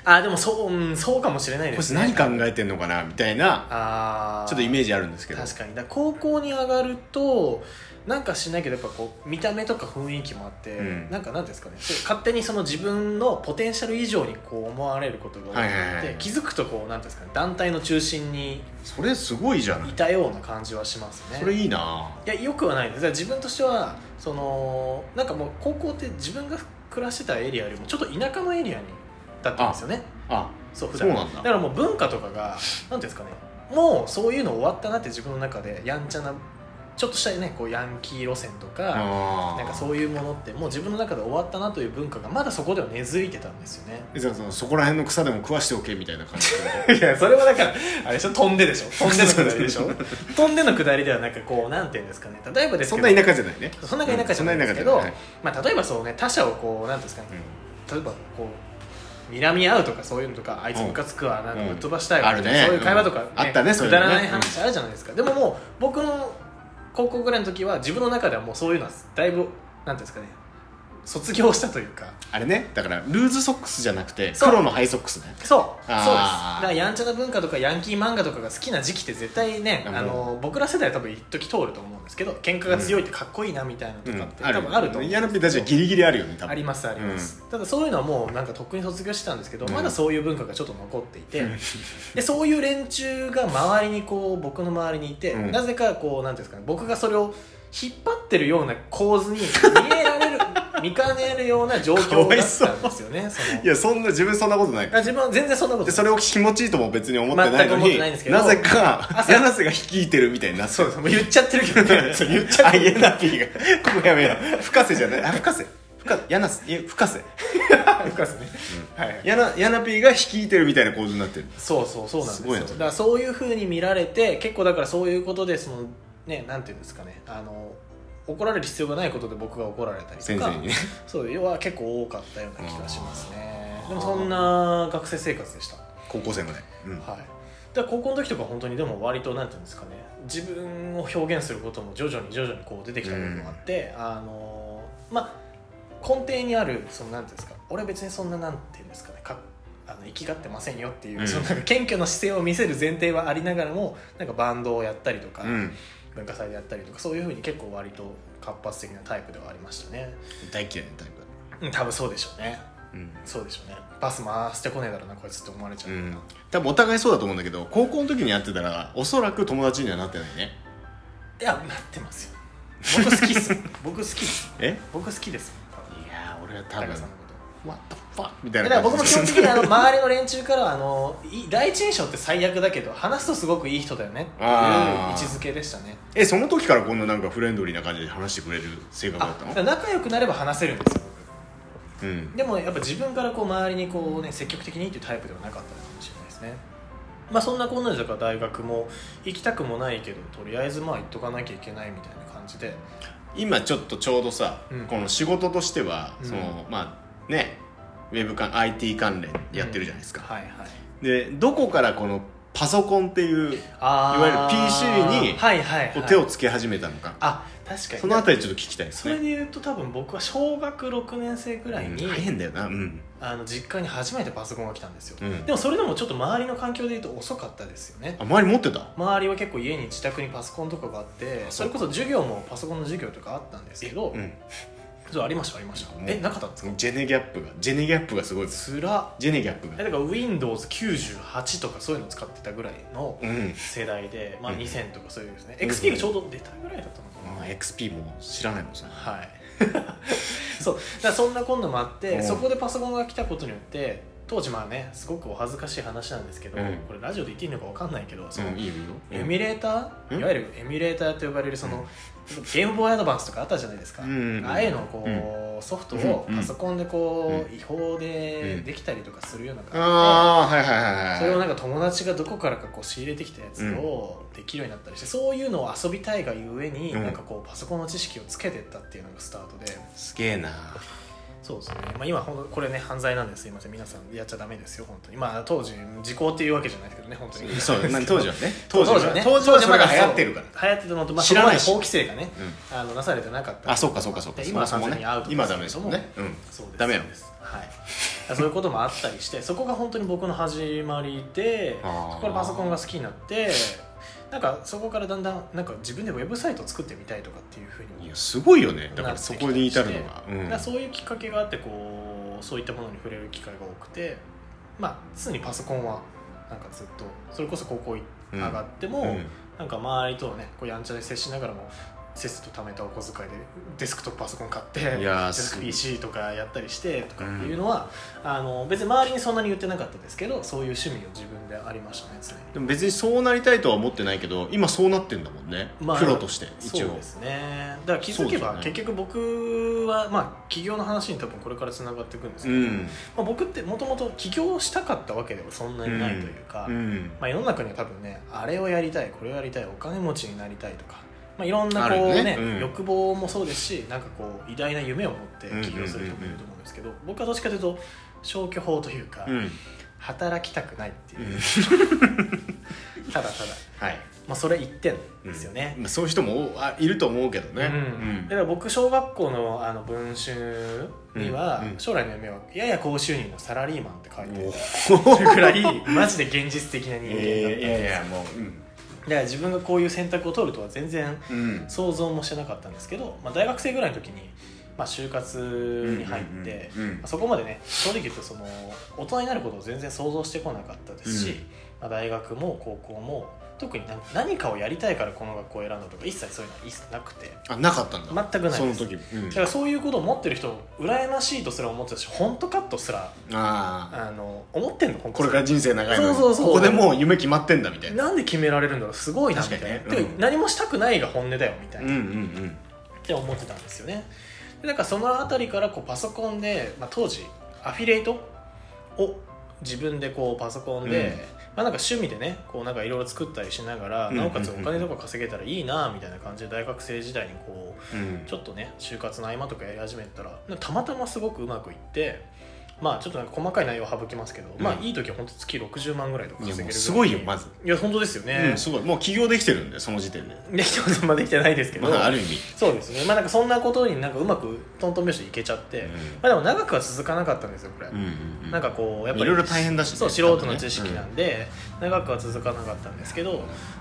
[SPEAKER 3] あでもそう、うん、そうかもしれない
[SPEAKER 2] こ
[SPEAKER 3] で
[SPEAKER 2] い
[SPEAKER 3] す
[SPEAKER 2] つ
[SPEAKER 3] ね
[SPEAKER 2] 何考えてんのかなみたいな
[SPEAKER 3] あ
[SPEAKER 2] ちょっとイメ
[SPEAKER 3] ジ
[SPEAKER 2] ージあるんですけど
[SPEAKER 3] 確かにだから高校に上がるとなんかしないけどやっぱこう見た目とか雰囲気もあって、
[SPEAKER 2] うん
[SPEAKER 3] なんかなんていうんですかねそう勝手にその自分のポテンシャル以上にこう思われることが多くて、
[SPEAKER 2] はいはいはい
[SPEAKER 3] 気づくとこうなんていうんですかね団体の中心に
[SPEAKER 2] それすごいじゃない
[SPEAKER 3] いたような感じはしますね
[SPEAKER 2] それいいない
[SPEAKER 3] やよくはないですだから自分としてはそのなんかもう高校って自分が暮らしてたエリアよりもちょっと田舎のエリアにだったんですよね
[SPEAKER 2] あ
[SPEAKER 3] そう普
[SPEAKER 2] そう
[SPEAKER 3] 段
[SPEAKER 2] なんだ
[SPEAKER 3] だからもう文化とかが何ていうんですかねもうそういうの終わったなって自分の中でやんちゃなちょっとしたねこうヤンキー路線とか
[SPEAKER 2] あ
[SPEAKER 3] なんか
[SPEAKER 2] そ
[SPEAKER 3] そういうものってもう自分の中で終わったなという文化がまだそこでは根付いてたんですよね
[SPEAKER 2] じゃあそのそこら辺の草でも食わしておけみたいな感じで
[SPEAKER 3] いやそれはだからあれでしょ飛んででしょ 飛んでのくだりで しょ飛んでのくだりではなんかこうなんていうんですかね例えばです
[SPEAKER 2] そ
[SPEAKER 3] け
[SPEAKER 2] ん
[SPEAKER 3] ど
[SPEAKER 2] な田舎じゃないね
[SPEAKER 3] そんな田舎じゃないんですけ
[SPEAKER 2] う
[SPEAKER 3] ど
[SPEAKER 2] んそんな田舎じゃない、
[SPEAKER 3] まあ、例えばそうね他者をこうなんていうんですかね、例えばこう睨み合うとかそういうのとかあいつムカつくわなんかぶっ飛ばしたいわ
[SPEAKER 2] うん
[SPEAKER 3] とか、
[SPEAKER 2] あるね
[SPEAKER 3] そういう会話とか、
[SPEAKER 2] うんあったねそう
[SPEAKER 3] く
[SPEAKER 2] いうの
[SPEAKER 3] だ
[SPEAKER 2] ね
[SPEAKER 3] らない話あるじゃないですか、でももう僕の高校ぐらいの時は自分の中ではもうそういうのはだいぶなんていうんですかね卒業したというか
[SPEAKER 2] あれねだからルーズソックスじゃなくて
[SPEAKER 3] そう
[SPEAKER 2] 黒のハイソックスね
[SPEAKER 3] そうそうですだ
[SPEAKER 2] あー
[SPEAKER 3] からやんちゃな文化とかヤンキー漫画とかが好きな時期って絶対ね
[SPEAKER 2] うん
[SPEAKER 3] あの僕ら世代は多分一時通ると思うんですけど喧嘩が強いってかっこいいなみたいなのとかって多分あると思うんですけど
[SPEAKER 2] ヤナピーたちはギリギリあるよね多分
[SPEAKER 3] ありますあります、ただそういうのはもうなんかとっくに卒業してたんですけど、
[SPEAKER 2] うん
[SPEAKER 3] まだそういう文化がちょっと残っていて、
[SPEAKER 2] うん
[SPEAKER 3] でそういう連中が周りにこう僕の周りにいて、
[SPEAKER 2] うん
[SPEAKER 3] なぜかこうなんていうんですかね僕がそれを引っ張ってるような構図に見えられる見かねるような状況だったんです よねその
[SPEAKER 2] いやそんな自分そんなことない
[SPEAKER 3] あ自分は全然そんなこと
[SPEAKER 2] で
[SPEAKER 3] ない
[SPEAKER 2] それを気持ちいいとも別に思ってないの
[SPEAKER 3] 全く思っ
[SPEAKER 2] に
[SPEAKER 3] てないん
[SPEAKER 2] な
[SPEAKER 3] ですけど
[SPEAKER 2] ぜか
[SPEAKER 3] 朝
[SPEAKER 2] 柳瀬が率いてるみたいになって
[SPEAKER 3] そうですもう言っちゃってるけどねそう 言っちゃっ
[SPEAKER 2] あ
[SPEAKER 3] てる
[SPEAKER 2] 柳 ピーがここやめよう深瀬じゃないあ深瀬深瀬柳瀬いや深瀬
[SPEAKER 3] 深瀬ね、はい
[SPEAKER 2] 柳柳ピーが率いてるみたいな構図になってる
[SPEAKER 3] そうそうそうなんです
[SPEAKER 2] すごい
[SPEAKER 3] よ
[SPEAKER 2] なそ
[SPEAKER 3] だ
[SPEAKER 2] れ
[SPEAKER 3] からそういうふうに見られて結構だからそういうことでそのねなんていうんですかねあの怒られる必要がないことで僕が怒られたりと
[SPEAKER 2] 先
[SPEAKER 3] か
[SPEAKER 2] 生にね
[SPEAKER 3] そう要は結構多かったような気がしますね
[SPEAKER 2] あー
[SPEAKER 3] でもそんな学生生活でしたは
[SPEAKER 2] 高校生まで、うん
[SPEAKER 3] いだから高校の時とか本当にでも割となんていうんですかね自分を表現することも徐々に徐々にこう出てきた部分もあって、あのまあ根底にあるそのなんていうんですか俺別にそんななんていうんですかねかあの生きがってませんよっていう、
[SPEAKER 2] うん
[SPEAKER 3] そのなんか謙虚な姿勢を見せる前提はありながらもなんかバンドをやったりとか、
[SPEAKER 2] うん
[SPEAKER 3] 文化祭でやったりとかそういうふうに結構割と活発的なタイプではありましたね、
[SPEAKER 2] 大嫌いなタイプ
[SPEAKER 3] うん、多分そうでしょうね
[SPEAKER 2] だうん
[SPEAKER 3] そうでしょうねパス回してこねえだろうなこいつって思われちゃ
[SPEAKER 2] う
[SPEAKER 3] う、
[SPEAKER 2] ん、多分お互いそうだと思うんだけど高校の時にやってたらおそらく友達にはなってないね
[SPEAKER 3] いやなってますよ僕好きっ す僕好きっす
[SPEAKER 2] え
[SPEAKER 3] 僕好きです多分
[SPEAKER 2] いやー俺は多
[SPEAKER 3] タ
[SPEAKER 2] 分
[SPEAKER 3] カさんのこ
[SPEAKER 2] 「
[SPEAKER 3] と
[SPEAKER 2] What the fuck」みたい
[SPEAKER 3] だ
[SPEAKER 2] な
[SPEAKER 3] から
[SPEAKER 2] 感じ
[SPEAKER 3] 僕も基本的にあの 周りの連中からはあのい第一印象って最悪だけど話すとすごくいい人だよねっていう位
[SPEAKER 2] あー
[SPEAKER 3] 置づけでしたね
[SPEAKER 2] えその時からこんななんかフレンドリーな感じで話してくれる性格だ
[SPEAKER 3] あ
[SPEAKER 2] った
[SPEAKER 3] だ
[SPEAKER 2] の
[SPEAKER 3] から仲良くなれば話せるんですよ
[SPEAKER 2] うん
[SPEAKER 3] でもやっぱ自分からこう周りにこうね積極的にっていうタイプではなかったのかもしれないですねまあそんなこんなでだから大学も行きたくもないけどとりあえずまあ行っとかなきゃいけないみたいな感じで
[SPEAKER 2] 今ちょっとちょうどさ、
[SPEAKER 3] うん
[SPEAKER 2] この仕事としては、
[SPEAKER 3] うん
[SPEAKER 2] そのまあねウェブ関 IT 関連やってるじゃないですか、
[SPEAKER 3] はいはい
[SPEAKER 2] でどこからこのパソコンっていう
[SPEAKER 3] あー
[SPEAKER 2] いわゆる PC に
[SPEAKER 3] はいはいはい
[SPEAKER 2] こう手をつけ始めたのか、
[SPEAKER 3] あ確かに
[SPEAKER 2] そのあたりちょっと聞きたいです
[SPEAKER 3] それ
[SPEAKER 2] ね
[SPEAKER 3] で言うと多分僕は小学6年生ぐらいに、
[SPEAKER 2] うん大変だよなうん
[SPEAKER 3] あの実家に初めてパソコンが来たんですよ、
[SPEAKER 2] うん
[SPEAKER 3] でもそれでもちょっと周りの環境で言うと遅かったですよね
[SPEAKER 2] あ周り持ってた
[SPEAKER 3] 周りは結構家に自宅にパソコンとかがあって
[SPEAKER 2] あそ
[SPEAKER 3] そ
[SPEAKER 2] う
[SPEAKER 3] れこそ授業もパソコンの授業とかあったんですけど、
[SPEAKER 2] うん
[SPEAKER 3] そうありましたありました、
[SPEAKER 2] うん
[SPEAKER 3] えなかったんですか
[SPEAKER 2] ジェネギャップがジェネギャップがすごいです
[SPEAKER 3] つら
[SPEAKER 2] ジェネギャップ
[SPEAKER 3] えだ
[SPEAKER 2] が
[SPEAKER 3] から Windows98 とかそういうの使ってたぐらいの
[SPEAKER 2] うん
[SPEAKER 3] 世代で、まあ、
[SPEAKER 2] うん
[SPEAKER 3] 2000とかそういうですね、
[SPEAKER 2] うん
[SPEAKER 3] XP がちょうど出たぐらいだったのかな、
[SPEAKER 2] まあ XP も知らないもんさ
[SPEAKER 3] はい そうだからそんな今度もあって、
[SPEAKER 2] うん
[SPEAKER 3] そこでパソコンが来たことによって当時まあねすごくお恥ずかしい話なんですけど、
[SPEAKER 2] うん
[SPEAKER 3] これラジオで言っていいのか分かんないけどその、
[SPEAKER 2] うんいいよいい
[SPEAKER 3] エ
[SPEAKER 2] よ
[SPEAKER 3] ミュレーター、
[SPEAKER 2] うん
[SPEAKER 3] いわゆるエミュレーターと呼ばれるその、ゲームボーイアドバンスとかあったじゃないですか、
[SPEAKER 2] うんうん
[SPEAKER 3] ああいうのをこう、ソフトを
[SPEAKER 2] うん
[SPEAKER 3] パソコンでこう、
[SPEAKER 2] う
[SPEAKER 3] 違法で
[SPEAKER 2] うん
[SPEAKER 3] できたりとかするような感じ
[SPEAKER 2] あ
[SPEAKER 3] で、
[SPEAKER 2] あはいはいはいはい
[SPEAKER 3] それをなんか友達がどこからかこう仕入れてきたやつをできるようになったりして、そういうのを遊びたいがゆえに、
[SPEAKER 2] うん
[SPEAKER 3] なんかこうパソコンの知識をつけてったっていうのがスタートです
[SPEAKER 2] げえな
[SPEAKER 3] そうですね、まあ、今ほんとこれね犯罪なんですいません皆さんやっちゃダメですよ本当にまあ当時時効っていうわけじゃないですけどね本当に
[SPEAKER 2] そうまあ当時はね
[SPEAKER 3] 当時はね
[SPEAKER 2] 当時はそれが流行ってるから
[SPEAKER 3] 流行ってたのと、まあ、
[SPEAKER 2] 知らないし
[SPEAKER 3] そこまで法規制がね
[SPEAKER 2] うん
[SPEAKER 3] あのなされてなかった
[SPEAKER 2] あそうかそうかそうか
[SPEAKER 3] で今は
[SPEAKER 2] そもそ
[SPEAKER 3] 完
[SPEAKER 2] も
[SPEAKER 3] 全
[SPEAKER 2] ね
[SPEAKER 3] にアウト
[SPEAKER 2] 今ダメですもんね
[SPEAKER 3] けど
[SPEAKER 2] うん
[SPEAKER 3] そうです
[SPEAKER 2] ダメよ
[SPEAKER 3] そうですはい、そういうこともあったりして そこが本当に僕の始まりで
[SPEAKER 2] あー
[SPEAKER 3] そこからパソコンが好きになってなんかそこからだんだんなんか自分でウェブサイトを作ってみたいとかっていうふう
[SPEAKER 2] い
[SPEAKER 3] に
[SPEAKER 2] やすごいよねだからそこに至るのがう
[SPEAKER 3] だ
[SPEAKER 2] ん
[SPEAKER 3] からそういうきっかけがあってこうそういったものに触れる機会が多くてまあ常にパソコンはなんかずっとそれこそ高校上がっても、
[SPEAKER 2] うん
[SPEAKER 3] なんか周りとねこうやんちゃで接しながらもせっせと貯めたお小遣いでデスクトップパソコン買って
[SPEAKER 2] いやー
[SPEAKER 3] デス
[SPEAKER 2] す
[SPEAKER 3] ク
[SPEAKER 2] ごい
[SPEAKER 3] PC とかやったりしてとかっていうのは、あの別に周りにそんなに言ってなかったですけどそういう趣味を自分でありましたね常に。
[SPEAKER 2] でも別にそうなりたいとは思ってないけど今そうなってんだもんね、
[SPEAKER 3] まあ
[SPEAKER 2] プロとして一
[SPEAKER 3] そう
[SPEAKER 2] 応
[SPEAKER 3] ですねだから気づけ
[SPEAKER 2] そ
[SPEAKER 3] ば、
[SPEAKER 2] うですよね
[SPEAKER 3] 結局僕はまあ起業の話に多分これからつながっていくんですけど、
[SPEAKER 2] ん
[SPEAKER 3] まあ、僕ってもともと起業したかったわけではそんなにないというか、
[SPEAKER 2] うん
[SPEAKER 3] まあ、世の中には多分ねあれをやりたいこれをやりたいお金持ちになりたいとか、まあ、いろんな
[SPEAKER 2] あ
[SPEAKER 3] こ
[SPEAKER 2] る
[SPEAKER 3] う
[SPEAKER 2] よ
[SPEAKER 3] ね
[SPEAKER 2] ねうん
[SPEAKER 3] 欲望もそうですしなんかこう偉大な夢を持って
[SPEAKER 2] うんうんうんうん
[SPEAKER 3] 起業する人もいると思うんですけど、僕はどっちかというと消去法というか、
[SPEAKER 2] うん
[SPEAKER 3] 働きたくないっていう、 ただただ、
[SPEAKER 2] はい
[SPEAKER 3] まあ、それ一点ですよね。
[SPEAKER 2] うんまあ、そういう人もおあいると思うけどね、
[SPEAKER 3] うんだから僕小学校のあの文集には、
[SPEAKER 2] うんうん
[SPEAKER 3] 将来の夢はやや高収入のサラリーマンって書いて
[SPEAKER 2] お
[SPEAKER 3] る
[SPEAKER 2] ー
[SPEAKER 3] ぐらいマジで現実的な
[SPEAKER 2] え
[SPEAKER 3] 人間だったん
[SPEAKER 2] ーいやい
[SPEAKER 3] です
[SPEAKER 2] やもううん、
[SPEAKER 3] だから自分がこういう選択を取るとは全然
[SPEAKER 2] うん、
[SPEAKER 3] 想像もしてなかったんですけど、まあ、大学生ぐらいの時に、まあ、就活に入って、
[SPEAKER 2] うんうんうんうん
[SPEAKER 3] まあそこまでね正直言うとその大人になることを全然想像してこなかったですし、
[SPEAKER 2] うん
[SPEAKER 3] まあ、大学も高校も特に何何かをやりたいからこの学校を選んだとか一切そういうのは一切なくて
[SPEAKER 2] あなかったんだ
[SPEAKER 3] 全くない
[SPEAKER 2] そ
[SPEAKER 3] で
[SPEAKER 2] の
[SPEAKER 3] す
[SPEAKER 2] 時、うん
[SPEAKER 3] だからそういうことを持ってる人羨ましいとすら思ってたし本当かとすら
[SPEAKER 2] ああ
[SPEAKER 3] あの思ってんの本当
[SPEAKER 2] これから人生長いのに
[SPEAKER 3] そうそうそう
[SPEAKER 2] ここでもう夢決まってんだみたいな
[SPEAKER 3] なんで決められるんだろうすごいなみたいな、
[SPEAKER 2] 確かにねうん
[SPEAKER 3] てか何もしたくないが本音だよみたいな、
[SPEAKER 2] うんうん
[SPEAKER 3] って思ってたんですよねでなんかそのあたりからこうパソコンで、まあ、当時アフィリエイトを自分でこうパソコンで、
[SPEAKER 2] うん
[SPEAKER 3] まあ、なんか趣味でねこうなんかいろいろ作ったりしながら、
[SPEAKER 2] うんうんうん
[SPEAKER 3] なおかつお金とか稼げたらいいなみたいな感じで大学生時代にこう
[SPEAKER 2] うんうん
[SPEAKER 3] ちょっとね就活の合間とかやり始めたらなんかたまたますごくうまくいってまあちょっとなんか細かい内容を省きますけど、
[SPEAKER 2] うん
[SPEAKER 3] まあいい時は本当月60万ぐらいとか
[SPEAKER 2] いや
[SPEAKER 3] 稼
[SPEAKER 2] も
[SPEAKER 3] げる
[SPEAKER 2] う
[SPEAKER 3] ぐら
[SPEAKER 2] すごいよまず、
[SPEAKER 3] いや本当ですよね、
[SPEAKER 2] うんすごいもう起業できてるんでその時点で
[SPEAKER 3] できてますまあできてないですけど、
[SPEAKER 2] まあある意味、
[SPEAKER 3] そうですねまあなんかそんなことになんかうまくトントン拍子いけちゃって、
[SPEAKER 2] うん
[SPEAKER 3] まあでも長くは続かなかったんですよこれ、
[SPEAKER 2] うんうんうん、
[SPEAKER 3] なんかこうやっぱり
[SPEAKER 2] いろいろ大変だしね
[SPEAKER 3] そう素人の知識なんで、長くは続かなかったんですけど、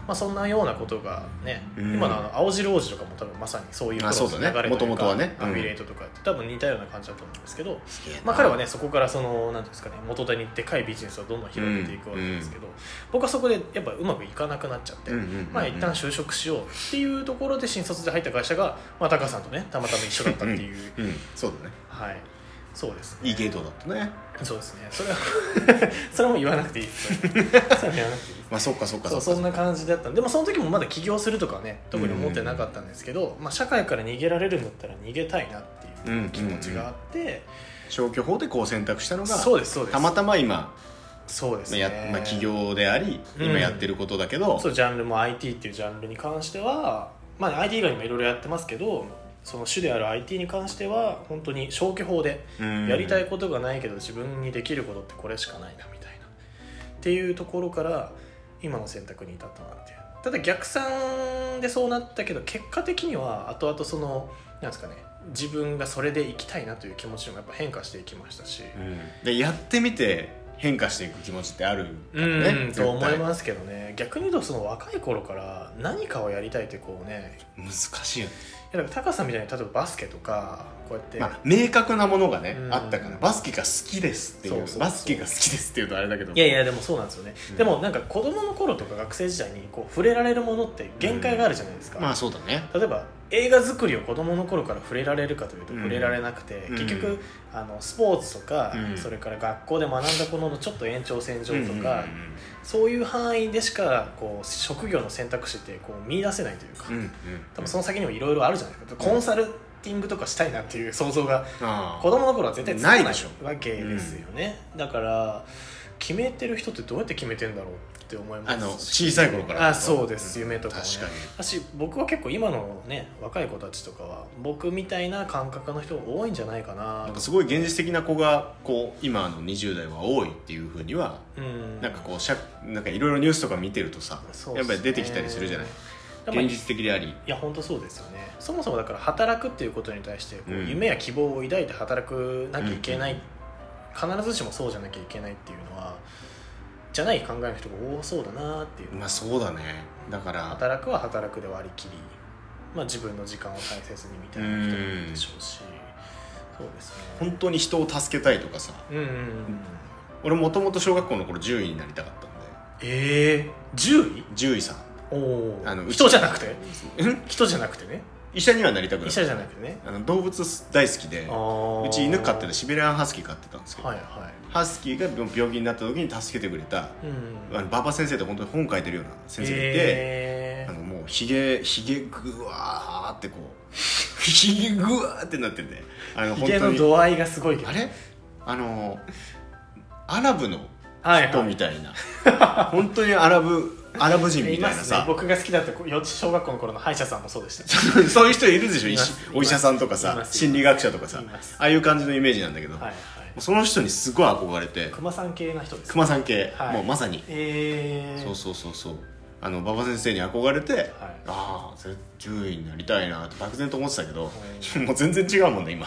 [SPEAKER 3] まあ、そんなようなことがね、
[SPEAKER 2] うん
[SPEAKER 3] 今のあの青汁王子とかも多分まさにそういう
[SPEAKER 2] あ
[SPEAKER 3] 頃
[SPEAKER 2] そう
[SPEAKER 3] の
[SPEAKER 2] だね
[SPEAKER 3] 流れという
[SPEAKER 2] 元
[SPEAKER 3] か
[SPEAKER 2] 々はねうん
[SPEAKER 3] アフィリエイトとかって多分似たような感じだと思うんですけど、
[SPEAKER 2] げえな
[SPEAKER 3] まあ、彼はねそこからそのなんていうんですかね元手にでかいビジネスをどんどん広げていくわけですけど、僕はそこでやっぱうまくいかなくなっちゃって、
[SPEAKER 2] うんうんうんうん
[SPEAKER 3] まあ一旦就職しようっていうところで新卒で入った会社が、まあ、タカさんとねたまたま一緒だったっていう、
[SPEAKER 2] うん、そうだね
[SPEAKER 3] はいそうですね
[SPEAKER 2] いいゲートだったね
[SPEAKER 3] そうですねそれは それも言わなくていいですそれは言わなくていいです
[SPEAKER 2] まあそっかそっか
[SPEAKER 3] そう
[SPEAKER 2] っか
[SPEAKER 3] そんな感じだったんで、まあ、その時もまだ起業するとかはね特に思ってなかったんですけど、まあ、社会から逃げられるんだったら逃げたいなっていう気持ちがあって、
[SPEAKER 2] 消去法でこう選択したのが
[SPEAKER 3] そうですそうです
[SPEAKER 2] たまたま今、
[SPEAKER 3] そうです
[SPEAKER 2] まあ
[SPEAKER 3] ね
[SPEAKER 2] やまあ、起業であり
[SPEAKER 3] うん
[SPEAKER 2] 今やってることだけど、
[SPEAKER 3] そうジャンルも IT っていうジャンルに関しては、まあ、IT 以外にもいろいろやってますけどその主である IT に関しては本当に消去法で
[SPEAKER 2] うん
[SPEAKER 3] やりたいことがないけど自分にできることってこれしかないなみたいなっていうところから今の選択に至ったなっていうただ逆算でそうなったけど結果的には後々そのなんですかね自分がそれでいきたいなという気持ちにもやっぱ変化していきましたし、
[SPEAKER 2] うんでやってみて変化していく気持ちってあるからね
[SPEAKER 3] うん
[SPEAKER 2] 絶対
[SPEAKER 3] と思いますけどね逆に言うとその若い頃から何かをやりたいってこうね
[SPEAKER 2] 難しいよね、
[SPEAKER 3] いやだから高さんみたいに例えばバスケとかこうやって、
[SPEAKER 2] まあ、明確なものがね、
[SPEAKER 3] うん
[SPEAKER 2] あったからバスケが好きですっていう
[SPEAKER 3] そうそうそう
[SPEAKER 2] バスケが好きですっていうとあれだけど
[SPEAKER 3] いやいやでもそうなんですよね、
[SPEAKER 2] うん
[SPEAKER 3] でもなんか子供の頃とか学生時代にこう触れられるものって限界があるじゃないですか、
[SPEAKER 2] まあそうだね
[SPEAKER 3] 例えば映画作りを子どもの頃から触れられるかというと
[SPEAKER 2] うん
[SPEAKER 3] 触れられなくて、
[SPEAKER 2] うん
[SPEAKER 3] 結局あのスポーツとか、
[SPEAKER 2] うん
[SPEAKER 3] それから学校で学んだもののちょっと延長線上とか、
[SPEAKER 2] う
[SPEAKER 3] そういう範囲でしかこう職業の選択肢ってこう見出せないというか、
[SPEAKER 2] んうんうんうん
[SPEAKER 3] 多分その先にもいろいろあるじゃないですかコンサルティングとかしたいなっていう想像が
[SPEAKER 2] ああ
[SPEAKER 3] 子供の頃は絶対つかない
[SPEAKER 2] ないでし
[SPEAKER 3] わけですよね、だから決めてる人ってどうやって決めてんだろうって思います
[SPEAKER 2] あの小さい頃から
[SPEAKER 3] あそうです夢とかもね
[SPEAKER 2] 確かに
[SPEAKER 3] 私僕は結構今のね若い子たちとかは僕みたいな感覚の人多いんじゃないかな
[SPEAKER 2] なんかすごい現実的な子がこう今の20代は多いっていうふうには
[SPEAKER 3] うん
[SPEAKER 2] なんかこうしゃなんかいろいろニュースとか見てるとさ、
[SPEAKER 3] そう
[SPEAKER 2] や
[SPEAKER 3] っ
[SPEAKER 2] っ
[SPEAKER 3] す
[SPEAKER 2] ぱ
[SPEAKER 3] ね
[SPEAKER 2] り出てきたりするじゃない
[SPEAKER 3] でも
[SPEAKER 2] 現実的であり
[SPEAKER 3] いや本当そうですよねそもそもだから働くっていうことに対してこう、
[SPEAKER 2] うん
[SPEAKER 3] 夢や希望を抱いて働くなきゃいけない、必ずしもそうじゃなきゃいけないっていうのはじゃない考えの人が多そうだなっていう、
[SPEAKER 2] まあそうだねだから
[SPEAKER 3] 働くは働くで割り切り、まあ、自分の時間を大切にみたいな人もいるでしょうし、そうですね
[SPEAKER 2] 本当に人を助けたいとかさ
[SPEAKER 3] うんうんうん
[SPEAKER 2] 俺もともと小学校の頃獣医になりたかったんで
[SPEAKER 3] ええ10位
[SPEAKER 2] 獣医さん
[SPEAKER 3] おお
[SPEAKER 2] あのうち
[SPEAKER 3] 人じゃなくて
[SPEAKER 2] うん
[SPEAKER 3] 人じゃなくてね
[SPEAKER 2] 医者にはなりたくな
[SPEAKER 3] 医
[SPEAKER 2] い
[SPEAKER 3] 者じゃなくてね
[SPEAKER 2] あの動物大好きでう
[SPEAKER 3] う
[SPEAKER 2] ち犬飼ってて
[SPEAKER 3] し
[SPEAKER 2] シベリアンハスキー飼ってたんですけど、
[SPEAKER 3] はいは
[SPEAKER 2] ハスキーが病病気になった時に助けてくれた
[SPEAKER 3] いうん
[SPEAKER 2] あの馬場先生って本当に本書いてるような先生がいて、
[SPEAKER 3] え
[SPEAKER 2] あ
[SPEAKER 3] ー
[SPEAKER 2] のもうひげひげぐわーってこう ひげぐわーってなっててあの
[SPEAKER 3] ひ
[SPEAKER 2] 本
[SPEAKER 3] げ
[SPEAKER 2] 当
[SPEAKER 3] の
[SPEAKER 2] に
[SPEAKER 3] 度合いがすごいけど
[SPEAKER 2] あれあのアラブの
[SPEAKER 3] はい
[SPEAKER 2] 人
[SPEAKER 3] はい
[SPEAKER 2] みたいな、 本当にアラブアラブ人みたいな
[SPEAKER 3] ますね
[SPEAKER 2] さ、
[SPEAKER 3] 僕が好きだった幼稚小学校の頃の歯医者さんもそうでした
[SPEAKER 2] そういう人いるでしょ
[SPEAKER 3] い
[SPEAKER 2] 医
[SPEAKER 3] ま
[SPEAKER 2] 師
[SPEAKER 3] す
[SPEAKER 2] お医者さんとか
[SPEAKER 3] い
[SPEAKER 2] さ
[SPEAKER 3] ます
[SPEAKER 2] 心理学者とかさ
[SPEAKER 3] います
[SPEAKER 2] ああいう感じのイメージなんだけど、
[SPEAKER 3] はいはい
[SPEAKER 2] その人にすごい憧れて
[SPEAKER 3] 熊さん系な人です
[SPEAKER 2] 熊さん系、
[SPEAKER 3] はい
[SPEAKER 2] もうまさに、
[SPEAKER 3] えー
[SPEAKER 2] そうそうそうそうあの馬場先生に憧れて、
[SPEAKER 3] はい
[SPEAKER 2] ああそれ獣医になりたいなって漠然と思ってたけど、もう全然違うもんね今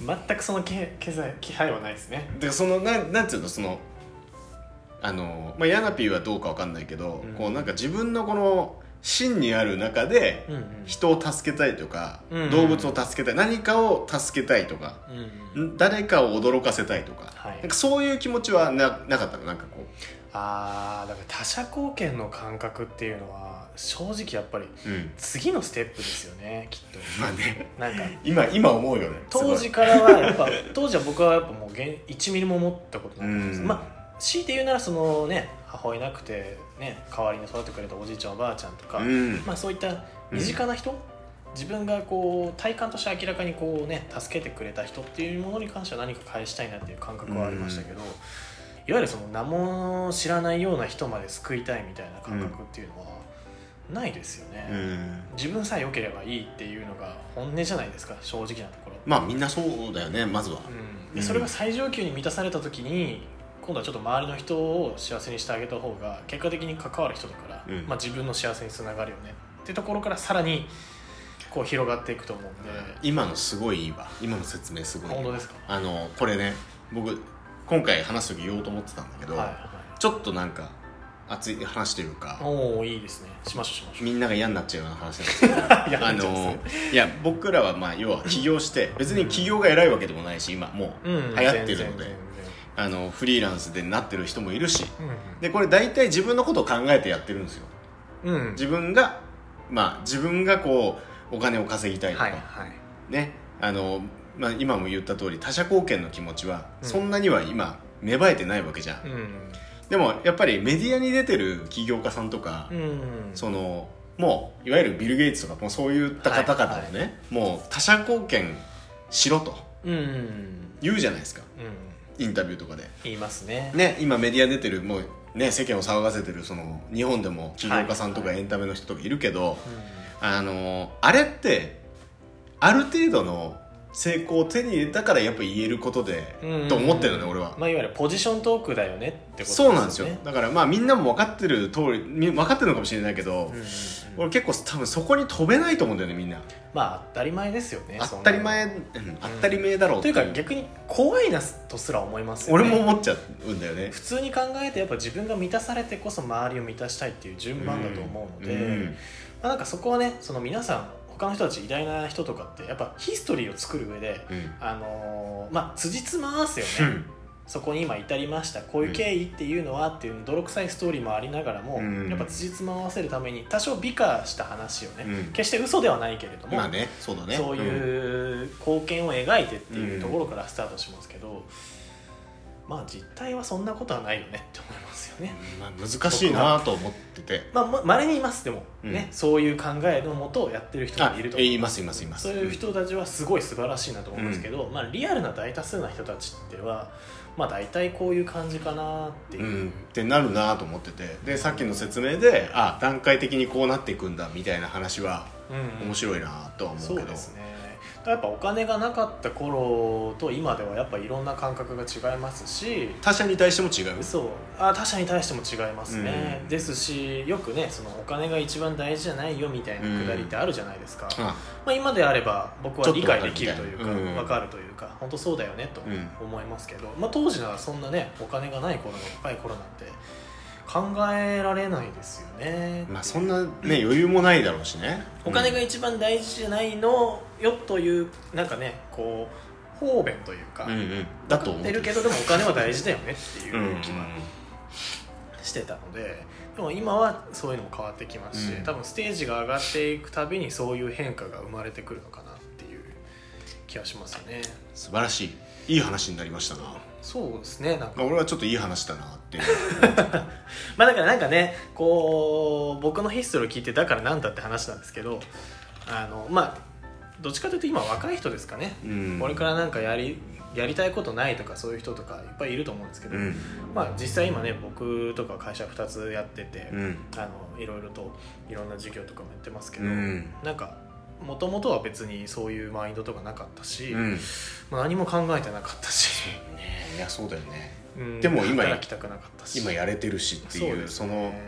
[SPEAKER 3] 全くその気気配気配はないですね
[SPEAKER 2] でそのなんなんていうのそのあの、まあ、ヤナピーはどうかわかんないけど、
[SPEAKER 3] うん
[SPEAKER 2] こうなんか自分のこの芯にある中で
[SPEAKER 3] うんうん
[SPEAKER 2] 人を助けたいとか、
[SPEAKER 3] うん
[SPEAKER 2] 動物を助けたい何かを助けたいとか、
[SPEAKER 3] うんうん
[SPEAKER 2] ん誰かを驚かせたいとか,、
[SPEAKER 3] はい
[SPEAKER 2] なんかそういう気持ちはななかったのなんかこ
[SPEAKER 3] あーだから他者貢献の感覚っていうのは正直やっぱり
[SPEAKER 2] う、うん、
[SPEAKER 3] 次のステップですよねきっと
[SPEAKER 2] まあね
[SPEAKER 3] なんか
[SPEAKER 2] 今今思うよね
[SPEAKER 3] 当時
[SPEAKER 2] す
[SPEAKER 3] からはやっぱ当時は僕はやっぱもう1ミリも思ったこと
[SPEAKER 2] ごい
[SPEAKER 3] な
[SPEAKER 2] う
[SPEAKER 3] かったです、
[SPEAKER 2] ん、
[SPEAKER 3] まあ強いて言うならそのね母親いなくてね代わりに育ててくれたおじいちゃんおばあちゃんとか、
[SPEAKER 2] うん
[SPEAKER 3] まあそういった身近な人、自分がこう体感として明らかにこうね助けてくれた人っていうものに関しては何か返したいなっていう感覚はありましたけど、いわゆるその名も知らないような人まで救いたいみたいな感覚っていうのはないですよね、
[SPEAKER 2] うん
[SPEAKER 3] 自分さえ良ければいいっていうのが本音じゃないですか正直なところ
[SPEAKER 2] まあみんなそうだよねまずは、
[SPEAKER 3] でそれが最上級に満たされた時に今度はちょっと周りの人を幸せにしてあげた方が結果的に関わる人だから、
[SPEAKER 2] うん
[SPEAKER 3] まあ、自分の幸せにつながるよねってところからさらにこう広がっていくと思うんで、
[SPEAKER 2] 今のすごいいいわ今の説明すごい
[SPEAKER 3] 本当ですか
[SPEAKER 2] あのこれね僕今回話す時言おうと思ってたんだけど、
[SPEAKER 3] はいは
[SPEAKER 2] ちょっとなんか熱い話というか
[SPEAKER 3] い、おおいいですねしましょうしましょ
[SPEAKER 2] みんなが嫌になっちゃうような話なんですけど
[SPEAKER 3] う いや
[SPEAKER 2] あのいや僕らはまあ要は起業して別に起業が偉いわけでもないし今もう
[SPEAKER 3] う
[SPEAKER 2] 流
[SPEAKER 3] ん
[SPEAKER 2] 行ってるので、
[SPEAKER 3] 全然
[SPEAKER 2] あのフリーランスでなってる人もいるし
[SPEAKER 3] 全然
[SPEAKER 2] でこれ大体自分のことを考えてやってるんですよ
[SPEAKER 3] うんうん
[SPEAKER 2] 自分がまあ自分がこうお金を稼ぎたいとか、
[SPEAKER 3] はいはい
[SPEAKER 2] ねあの、まあ、今も言った通り他者貢献の気持ちは
[SPEAKER 3] うん
[SPEAKER 2] そんなには今芽生えてないわけじゃん、
[SPEAKER 3] うん
[SPEAKER 2] でもやっぱりメディアに出てる起業家さんとか、
[SPEAKER 3] うん
[SPEAKER 2] そのもういわゆるビル・ゲイツとかもうそういった方々をね、もう他者貢献しろと
[SPEAKER 3] うんうん
[SPEAKER 2] 言うじゃないですか
[SPEAKER 3] うん
[SPEAKER 2] インタビューとかで
[SPEAKER 3] 言いますね
[SPEAKER 2] ね今メディア出てるもうね世間を騒がせてるその日本でも起業家さんとか
[SPEAKER 3] はい
[SPEAKER 2] エンタメの人とかいるけど、
[SPEAKER 3] うん
[SPEAKER 2] あのあれってある程度の成功を手に入れたからやっぱ言えることで、
[SPEAKER 3] うん
[SPEAKER 2] と思ってるのね俺は、
[SPEAKER 3] まあ、いわゆるポジショントークだよねってこと
[SPEAKER 2] そうなんですよ
[SPEAKER 3] ね
[SPEAKER 2] だからまあみんなも分かってる通りみ分かってるのかもしれないけど、
[SPEAKER 3] うんうんうん
[SPEAKER 2] 俺結構多分そこに飛べないと思うんだよねみんな
[SPEAKER 3] まあ当たり前ですよね
[SPEAKER 2] 当たり前、うん当たり前だろう
[SPEAKER 3] そんなの
[SPEAKER 2] っ
[SPEAKER 3] と
[SPEAKER 2] て
[SPEAKER 3] いうか逆に怖いなとすら思いますよ、
[SPEAKER 2] 俺
[SPEAKER 3] ね、
[SPEAKER 2] も思っちゃうんだよね
[SPEAKER 3] 普通に考えてやっぱ自分が満たされてこそ周りを満たしたいっていう順番だと思うので、
[SPEAKER 2] うん
[SPEAKER 3] まあ、なんかそこはねその皆さん他の人たち偉大な人とかってやっぱヒストリーを作る上で
[SPEAKER 2] うん
[SPEAKER 3] あのーまあ辻褄合わせよ
[SPEAKER 2] う
[SPEAKER 3] ね
[SPEAKER 2] ん
[SPEAKER 3] そこに今至りましたこういう経緯っていうのはっていう泥臭いストーリーもありながらも、
[SPEAKER 2] うん
[SPEAKER 3] やっぱ辻褄合わせるために多少美化した話をね、
[SPEAKER 2] うん
[SPEAKER 3] 決して嘘ではないけれども、
[SPEAKER 2] まあねそうだね
[SPEAKER 3] そ
[SPEAKER 2] う
[SPEAKER 3] う
[SPEAKER 2] ん
[SPEAKER 3] いう貢献を描いてっていうところからスタートしますけど、まあ実態はそんなことはないよねって思いますよね。
[SPEAKER 2] まあ、難しいなと思ってて
[SPEAKER 3] まあま稀にいますでも、
[SPEAKER 2] うん
[SPEAKER 3] ねそういう考えのもとやってる人
[SPEAKER 2] あ
[SPEAKER 3] もいると思う
[SPEAKER 2] いますいますいます
[SPEAKER 3] そういう人たちはすごい素晴らしいなと思うんですけど、まあ、リアルな大多数な人たちっては、まあ、大体こういう感じかなっていう、
[SPEAKER 2] うん、ってなるなと思っててでさっきの説明であ段階的にこうなっていくんだみたいな話は
[SPEAKER 3] うん
[SPEAKER 2] 面白いなとは思
[SPEAKER 3] そうう
[SPEAKER 2] けど、
[SPEAKER 3] ですねやっぱお金がなかった頃と今ではやっぱいろんな感覚が違いますし
[SPEAKER 2] 他者に対しても違う
[SPEAKER 3] そうあ他者に対しても違いますね、
[SPEAKER 2] うん
[SPEAKER 3] ですしよくねそのお金が一番大事じゃないよみたいなくだりってあるじゃないですか、
[SPEAKER 2] あ
[SPEAKER 3] まあ、今であれば僕は理解できる
[SPEAKER 2] ち
[SPEAKER 3] と
[SPEAKER 2] ょっ
[SPEAKER 3] いう
[SPEAKER 2] と
[SPEAKER 3] か
[SPEAKER 2] わかるみたいなうん
[SPEAKER 3] 分かるというか本当そうだよねと思いますけど、まあ、当時ならそんなねお金がない頃の若い頃なんて考えられないですよね、
[SPEAKER 2] まあそんなね余裕もないだろうしね
[SPEAKER 3] お金が一番大事じゃないのよというなんかねこう方便というか、
[SPEAKER 2] うんうんだと思っ
[SPEAKER 3] 出
[SPEAKER 2] て
[SPEAKER 3] るけ
[SPEAKER 2] ど
[SPEAKER 3] どでもお金は大事だよねっていう
[SPEAKER 2] うんうん
[SPEAKER 3] 気はしてたのででも今はそういうのも変わってきますし、
[SPEAKER 2] うん
[SPEAKER 3] 多分ステージが上がっていくたびにそういう変化が生まれてくるのかなっていう気がしますよね
[SPEAKER 2] 素晴らしいいい話になりましたな、
[SPEAKER 3] そうですねな
[SPEAKER 2] ま
[SPEAKER 3] んか
[SPEAKER 2] あ、俺はちょっといい話だな っていう
[SPEAKER 3] まあだからなんかねこう僕のヒストリーを聞いてだからなんだって話なんですけどあのまあどっちかというと今若い人ですかね、
[SPEAKER 2] うん
[SPEAKER 3] これからなんかやりやりたいことないとかそういう人とかいっぱいいると思うんですけど、
[SPEAKER 2] うん
[SPEAKER 3] まあ実際今ね僕とか会社2つやってて、
[SPEAKER 2] うん
[SPEAKER 3] あのいろいろといろんな授業とかもやってますけ
[SPEAKER 2] う
[SPEAKER 3] ど、
[SPEAKER 2] ん
[SPEAKER 3] なんかもともとは別にそういうマインドとかなかったし、
[SPEAKER 2] うん
[SPEAKER 3] まあ何も考えてなかったし、
[SPEAKER 2] ねいやそうだよね
[SPEAKER 3] うん
[SPEAKER 2] でも今
[SPEAKER 3] 働きたくなかったし
[SPEAKER 2] 今やれてるしっていう
[SPEAKER 3] です
[SPEAKER 2] その
[SPEAKER 3] ね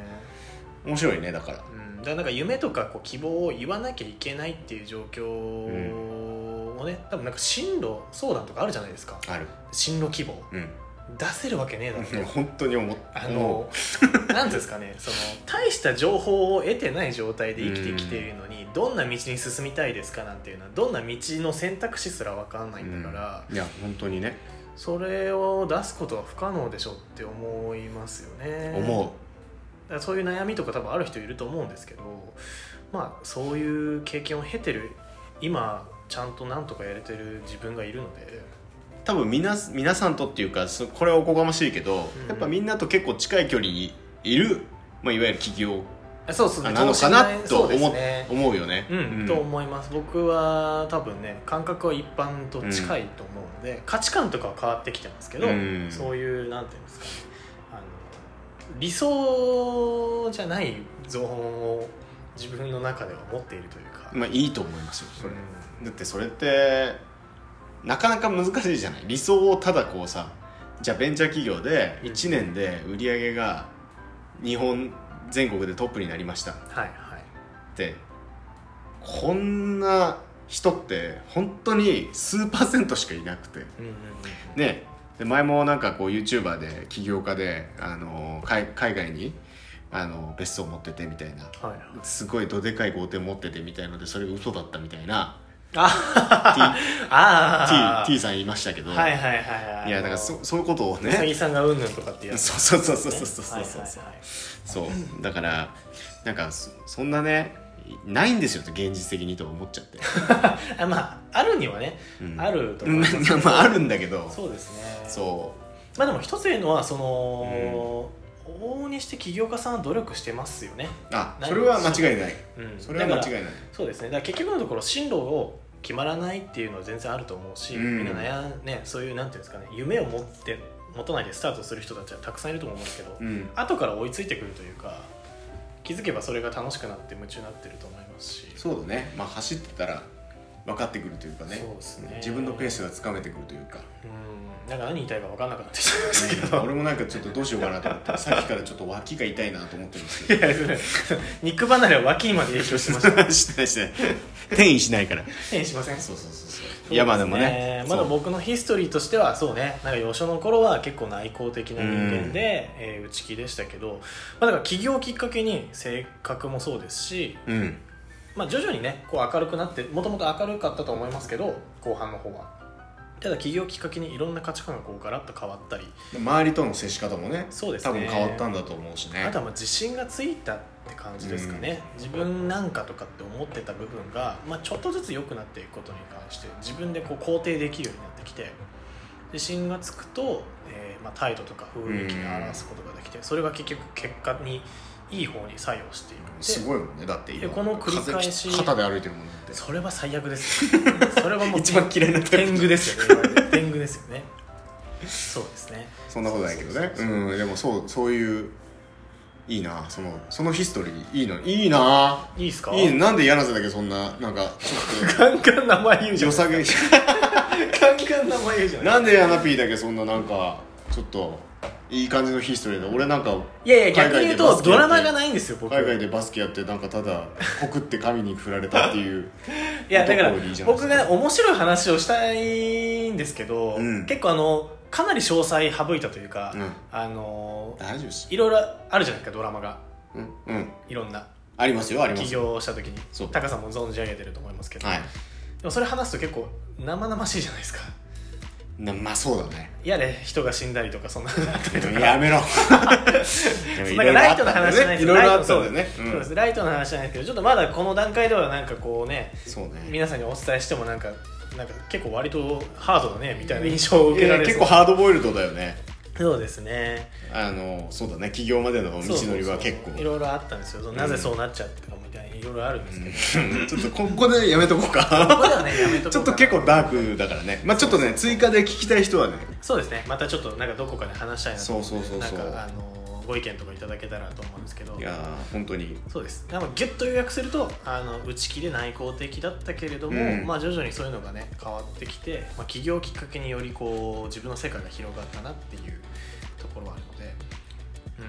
[SPEAKER 2] 面白いねだから
[SPEAKER 3] うん、だからなんか夢とかこう希望を言わなきゃいけないっていう状況をね、多分なんか進路相談とかあるじゃないですか
[SPEAKER 2] ある
[SPEAKER 3] 進路希望
[SPEAKER 2] うん
[SPEAKER 3] 出せるわけねえだろ
[SPEAKER 2] いや本当に思っ
[SPEAKER 3] あ の何ですかねその大した情報を得てない状態で生きてきているのにどんな道に進みたいですかなんていうのはどんな道の選択肢すら分かんないんだから、
[SPEAKER 2] うんいや本当にね
[SPEAKER 3] それを出すことは不可能でしょって思いますよね
[SPEAKER 2] 思う
[SPEAKER 3] だからそういう悩みとか多分ある人いると思うんですけどまあそういう経験を経てる今ちゃんとなんとかやれてる自分がいるので
[SPEAKER 2] 多分みな皆さんとっていうかそこれはおこがましいけど、
[SPEAKER 3] うん
[SPEAKER 2] やっぱみんなと結構近い距離にいる、まあ、いわゆる企業
[SPEAKER 3] あそうそう
[SPEAKER 2] なのかなと
[SPEAKER 3] そう
[SPEAKER 2] 思,、
[SPEAKER 3] ですね
[SPEAKER 2] 思うよね、
[SPEAKER 3] うん
[SPEAKER 2] うん
[SPEAKER 3] と思います僕は多分ね感覚は一般と近いと思うので、価値観とかは変わってきてますけど、
[SPEAKER 2] うん
[SPEAKER 3] そういうなんていうんですかねあの理想じゃないゾーンを自分の中では持っているというか、
[SPEAKER 2] まあ、いいと思いますよそれ、
[SPEAKER 3] う
[SPEAKER 2] だってそれってなかなか難しいじゃない理想をただこうさじゃあベンチャー企業で
[SPEAKER 3] うん
[SPEAKER 2] 1年で売り上げが日本全国でトップになりましたっ
[SPEAKER 3] はいはい
[SPEAKER 2] てこんな人って本当に数パーセントしかいなくて。
[SPEAKER 3] うんうんうん
[SPEAKER 2] ねで前もなんかこう YouTuber で起業家で、あの海海外に、あの別荘持っててみたいな
[SPEAKER 3] はいはい
[SPEAKER 2] すごいどでかい豪邸持っててみたいのでそれ嘘だったみたいな
[SPEAKER 3] ああ
[SPEAKER 2] T, T さんいましたけど、
[SPEAKER 3] はいはいはいはい
[SPEAKER 2] やだから
[SPEAKER 3] う
[SPEAKER 2] そそういうことを
[SPEAKER 3] うさぎ
[SPEAKER 2] ね
[SPEAKER 3] さんがうんぬんとかってやつ、
[SPEAKER 2] そうそうそうそうそうそうそう
[SPEAKER 3] はいはいはい
[SPEAKER 2] そうだからなんかそそんなねないんですよ現実的にと思っちゃって、
[SPEAKER 3] あまああるにはね、
[SPEAKER 2] うん
[SPEAKER 3] あると
[SPEAKER 2] う
[SPEAKER 3] 思い
[SPEAKER 2] ん
[SPEAKER 3] ま
[SPEAKER 2] い
[SPEAKER 3] す
[SPEAKER 2] やまああるんだけど
[SPEAKER 3] そうですね
[SPEAKER 2] そ
[SPEAKER 3] まあでも一つ言うのはその、往々にして起業家さんは努力してますよね、
[SPEAKER 2] うあそれは間違いない
[SPEAKER 3] うん、
[SPEAKER 2] それは
[SPEAKER 3] だから
[SPEAKER 2] 間違いない
[SPEAKER 3] そうですねだから結局のところ進路を決まらないっていうのは全然あると思うし、
[SPEAKER 2] うん
[SPEAKER 3] みんな悩んねそういうなんていうんですかね夢を持って持たないでスタートする人たちはたくさんいると思うんですけど、
[SPEAKER 2] うん
[SPEAKER 3] 後から追いついてくるというか気づけばそれが楽しくなって夢中になってると思いますし
[SPEAKER 2] そうだねまあ走ってたら分かってくるというかね
[SPEAKER 3] そうですね
[SPEAKER 2] 自分のペースがつかめてくるというか
[SPEAKER 3] うんなんか何言いたいか分かんなくなってきちゃいましたけど
[SPEAKER 2] 俺もなんかちょっとどうしようかなと思ってさっきからちょっと脇が痛いなと思ってるんですけ
[SPEAKER 3] いやそれ肉離れは脇にまで影響してました
[SPEAKER 2] どしてないしてない転移しないから
[SPEAKER 3] 変にしません
[SPEAKER 2] そうそうそうそう
[SPEAKER 3] そう
[SPEAKER 2] いやまあでも
[SPEAKER 3] です
[SPEAKER 2] ね
[SPEAKER 3] まだ
[SPEAKER 2] そう
[SPEAKER 3] 僕のヒストリーとしてはそうねなんか幼少の頃は結構内向的な人間で、えー内気でしたけど、まあ、だから起業をきっかけに性格もそうですし、
[SPEAKER 2] うん
[SPEAKER 3] まあ、徐々にねこう明るくなってもともと明るかったと思いますけど後半の方はただ起業をきっかけにいろんな価値観がこうガラッと変わったり
[SPEAKER 2] 周りとの接し方もね
[SPEAKER 3] そうですね
[SPEAKER 2] 多分変わったんだと思うしね
[SPEAKER 3] あとはまあ自信がついたって感じですかね、自分なんかとかって思ってた部分が、まあ、ちょっとずつ良くなっていくことに関して自分でこう肯定できるようになってきて自信がつくと、えーまあ、態度とか雰囲気で表すことができて、それが結局結果にいい方に作用していく
[SPEAKER 2] す
[SPEAKER 3] い
[SPEAKER 2] ごいもんねだって今
[SPEAKER 3] でこの繰り返し
[SPEAKER 2] 風肩で歩いてるもんだって
[SPEAKER 3] それは最悪 ですねそれはもう
[SPEAKER 2] 一番嫌いなタイプ
[SPEAKER 3] 天狗ですよね今ね天狗ですよねそうですね
[SPEAKER 2] そんなことないけどね
[SPEAKER 3] そううそうそうん
[SPEAKER 2] でもそうそういういいなそのそのヒストリーいいのいいない
[SPEAKER 3] いですか
[SPEAKER 2] いいねなんで柳瀬だけそんななんかちょっ
[SPEAKER 3] カンカン名前言う
[SPEAKER 2] と
[SPEAKER 3] じゃ
[SPEAKER 2] 良
[SPEAKER 3] ん
[SPEAKER 2] さげ
[SPEAKER 3] カンカン名前言うじゃん
[SPEAKER 2] なんで柳ピーだけそんななんかちょっといい感じのヒストリーで俺なんか
[SPEAKER 3] いやいや逆に言
[SPEAKER 2] 海外で
[SPEAKER 3] う
[SPEAKER 2] バ
[SPEAKER 3] と
[SPEAKER 2] スケ
[SPEAKER 3] ド
[SPEAKER 2] やっ
[SPEAKER 3] ラ
[SPEAKER 2] て
[SPEAKER 3] マがないんですよ僕
[SPEAKER 2] 海外でバスケやってなんかただ告って神に振られたっていう
[SPEAKER 3] いやだから
[SPEAKER 2] どこよりいいじゃないです
[SPEAKER 3] 僕
[SPEAKER 2] か
[SPEAKER 3] が面白い話をしたいんですけど、
[SPEAKER 2] うん
[SPEAKER 3] 結構あのかなり詳細省いたというか、
[SPEAKER 2] うん
[SPEAKER 3] あの
[SPEAKER 2] 大丈夫です
[SPEAKER 3] いろいろあるじゃないですかドラマが
[SPEAKER 2] うん、うん、
[SPEAKER 3] いろんな
[SPEAKER 2] ありますよありま
[SPEAKER 3] 起
[SPEAKER 2] すよ
[SPEAKER 3] 業をした時に
[SPEAKER 2] そう
[SPEAKER 3] 高さんも存じ上げてると思いますけど、
[SPEAKER 2] はい
[SPEAKER 3] でもそれ話すと結構生々しいじゃないですか
[SPEAKER 2] なまあそうだね
[SPEAKER 3] いやね人が死んだりとかそんなのあったりとか
[SPEAKER 2] やめ ろ
[SPEAKER 3] なんかライトな話じゃないです
[SPEAKER 2] いろいろあったんだよね
[SPEAKER 3] そうですライトな話じゃないですけどちょっとまだこの段階ではなんかこうね
[SPEAKER 2] そうね
[SPEAKER 3] 皆さんにお伝えしてもなんかなんか結構割とハードだねみたいな印象を受けられ
[SPEAKER 2] い
[SPEAKER 3] る
[SPEAKER 2] や結構ハードボイルドだよね
[SPEAKER 3] そうですね
[SPEAKER 2] あのそうだね起業までの道のりは結構
[SPEAKER 3] そうそうそういろいろあったんですよそのなぜそうなっちゃったかみたいないろいろあるんですけ ど、
[SPEAKER 2] ちょっとここでやめとこう
[SPEAKER 3] ここ
[SPEAKER 2] か
[SPEAKER 3] ではねやめとこうかな
[SPEAKER 2] ちょっと結構ダークだからねまあちょっとね追加で聞きたい人はね
[SPEAKER 3] そうですねまたちょっとなんかどこかで話したいなと思んで
[SPEAKER 2] そうそうそうそう
[SPEAKER 3] なんかあのご意見とかいただけたらと思うんですけど
[SPEAKER 2] いやー本当に
[SPEAKER 3] そうですでもギュッと予約するとあの内気で内向的だったけれども、
[SPEAKER 2] うん
[SPEAKER 3] まあ、徐々にそういうのがね変わってきて、まあ、起業をきっかけによりこう自分の世界が広がったなっていうところはあるので、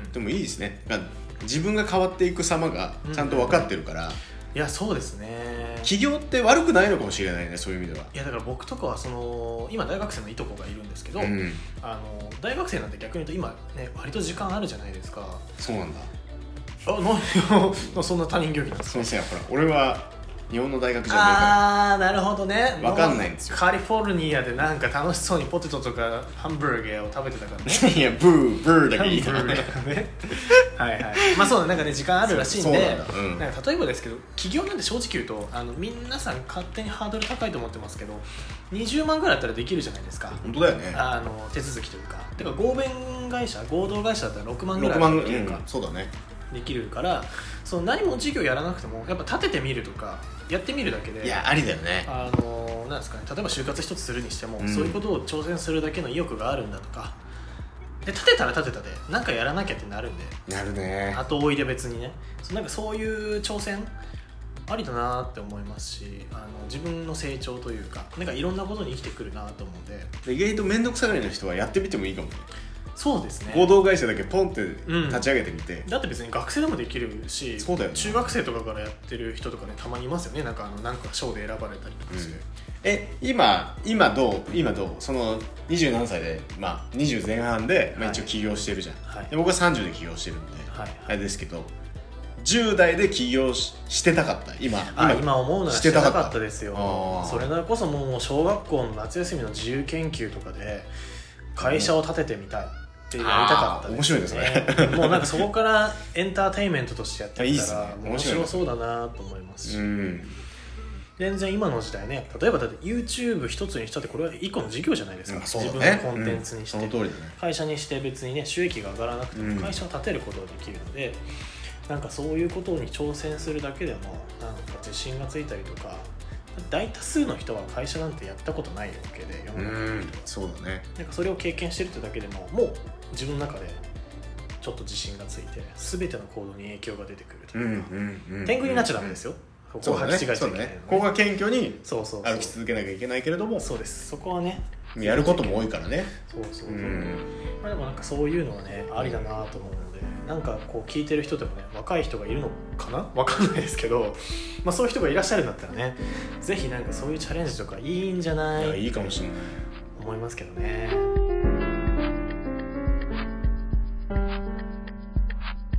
[SPEAKER 3] うん、
[SPEAKER 2] でもいいですねが自分が変わっていく様がちゃんと分かってるから、
[SPEAKER 3] いやそうですね
[SPEAKER 2] 起業って悪くないのかもしれないねそういう意味ではい
[SPEAKER 3] やだから僕とかはその今大学生のいとこがいるんですけど、
[SPEAKER 2] うん
[SPEAKER 3] あの大学生なんて逆に言うと今ね割と時間あるじゃないですか
[SPEAKER 2] そうなんだ
[SPEAKER 3] あなな そんな他人行儀なんですか
[SPEAKER 2] 先生はほら俺は日本の大学じゃねえから
[SPEAKER 3] ああーなるほどね
[SPEAKER 2] わかんないんですよ
[SPEAKER 3] カリフォルニアでなんか楽しそうにポテトとかハンブルゲーを食べてたからね
[SPEAKER 2] いやブーブーだ
[SPEAKER 3] ハ
[SPEAKER 2] け いい
[SPEAKER 3] ン
[SPEAKER 2] な
[SPEAKER 3] ブルゲーね はいはいまあそうだなんかね時間あるらしいんで
[SPEAKER 2] そうそうなんだうん
[SPEAKER 3] なんか例えばですけど起業なんて正直言うとあの皆さん勝手にハードル高いと思ってますけど20万ぐらいだったらできるじゃないですか
[SPEAKER 2] 本当だよね
[SPEAKER 3] あの手続きというかてか合弁会社合同会社だったら6万ぐら
[SPEAKER 2] 6
[SPEAKER 3] いは
[SPEAKER 2] 万
[SPEAKER 3] で
[SPEAKER 2] ぐ
[SPEAKER 3] き
[SPEAKER 2] らい、
[SPEAKER 3] る
[SPEAKER 2] う
[SPEAKER 3] か
[SPEAKER 2] ん、そうだね
[SPEAKER 3] できるからその何も事業やらなくてもやっぱ立ててみるとかやってみるだけで
[SPEAKER 2] いやありだよね
[SPEAKER 3] あのなんですかね例えば就活一つするにしても、
[SPEAKER 2] うん
[SPEAKER 3] そういうことを挑戦するだけの意欲があるんだとかで立てたら立てたでなんかやらなきゃってなるんで
[SPEAKER 2] なるね
[SPEAKER 3] 後追いで別にねそうなんかそういう挑戦ありだなって思いますしあの自分の成長というかなんかいろんなことに生きてくるなと思うんで
[SPEAKER 2] で意外と面倒くさがりの人はやってみてもいいかもね
[SPEAKER 3] そうですね
[SPEAKER 2] 合同会社だけポンって立ち上げてみて、
[SPEAKER 3] だって別に学生でもできるし
[SPEAKER 2] そうだよね
[SPEAKER 3] 中学生とかからやってる人とかねたまにいますよねなんかあのなんか賞で選ばれたりとかして、
[SPEAKER 2] うんえ今今どう今どうその20何歳で、まあ、20前半で、まあ、一応
[SPEAKER 3] はい
[SPEAKER 2] 起業してるじゃん、
[SPEAKER 3] はい
[SPEAKER 2] で僕は30で起業してるんで、
[SPEAKER 3] はい
[SPEAKER 2] あれですけど10代で起業ししてたかった今
[SPEAKER 3] あ今思うのはしてなかったですよ
[SPEAKER 2] あー
[SPEAKER 3] それならこそもう小学校の夏休みの自由研究とかで会社を立ててみたいってやりたかった
[SPEAKER 2] あー面白いです
[SPEAKER 3] ねもうなんかそこからエンターテインメントとしてやって
[SPEAKER 2] いやいい
[SPEAKER 3] み
[SPEAKER 2] ったす
[SPEAKER 3] ら
[SPEAKER 2] ね
[SPEAKER 3] 面
[SPEAKER 2] 面白い
[SPEAKER 3] 白そうだなと思いますし、
[SPEAKER 2] うん
[SPEAKER 3] 全然今の時代ね例えばだって YouTube 一つにしたってこれは一個の事業じゃないですか、
[SPEAKER 2] まあそう
[SPEAKER 3] 自
[SPEAKER 2] だ
[SPEAKER 3] 分
[SPEAKER 2] ね
[SPEAKER 3] のコンテンツにして、
[SPEAKER 2] うんその通りだね
[SPEAKER 3] 会社にして別にね収益が上がらなくて
[SPEAKER 2] うん
[SPEAKER 3] も会社を立てることができるので、なんかそういうことに挑戦するだけでもなんか自信がついたりとか大多数の人は会社なんてやったことないわけで世の
[SPEAKER 2] う
[SPEAKER 3] 中の
[SPEAKER 2] ん
[SPEAKER 3] 人は
[SPEAKER 2] そうだね
[SPEAKER 3] なんかそれを経験してるってだけでももう自分の中でちょっと自信がついて全ての行動に影響が出てくると
[SPEAKER 2] うん
[SPEAKER 3] いうか、
[SPEAKER 2] うんうん
[SPEAKER 3] 天狗になっちゃダメですよ、ここ
[SPEAKER 2] そう
[SPEAKER 3] は
[SPEAKER 2] だね
[SPEAKER 3] 履き違えちゃ
[SPEAKER 2] そ
[SPEAKER 3] いうけ
[SPEAKER 2] だ
[SPEAKER 3] ない
[SPEAKER 2] ねここが謙虚に
[SPEAKER 3] そうそうそう
[SPEAKER 2] 歩き続けなきゃいけないけれども
[SPEAKER 3] そうですそこはね
[SPEAKER 2] やることも多いからね
[SPEAKER 3] そうそうそう、
[SPEAKER 2] うん
[SPEAKER 3] まあ、でもなんかそういうのはねありだなと思うのでなんかこう聞いてる人でもね若い人がいるのかなわかんないですけど、 まあ、そういう人がいらっしゃるんだったらねぜひなんかそういうチャレンジとかいいんじゃない
[SPEAKER 2] いやいいかもしれない
[SPEAKER 3] 思いますけどね。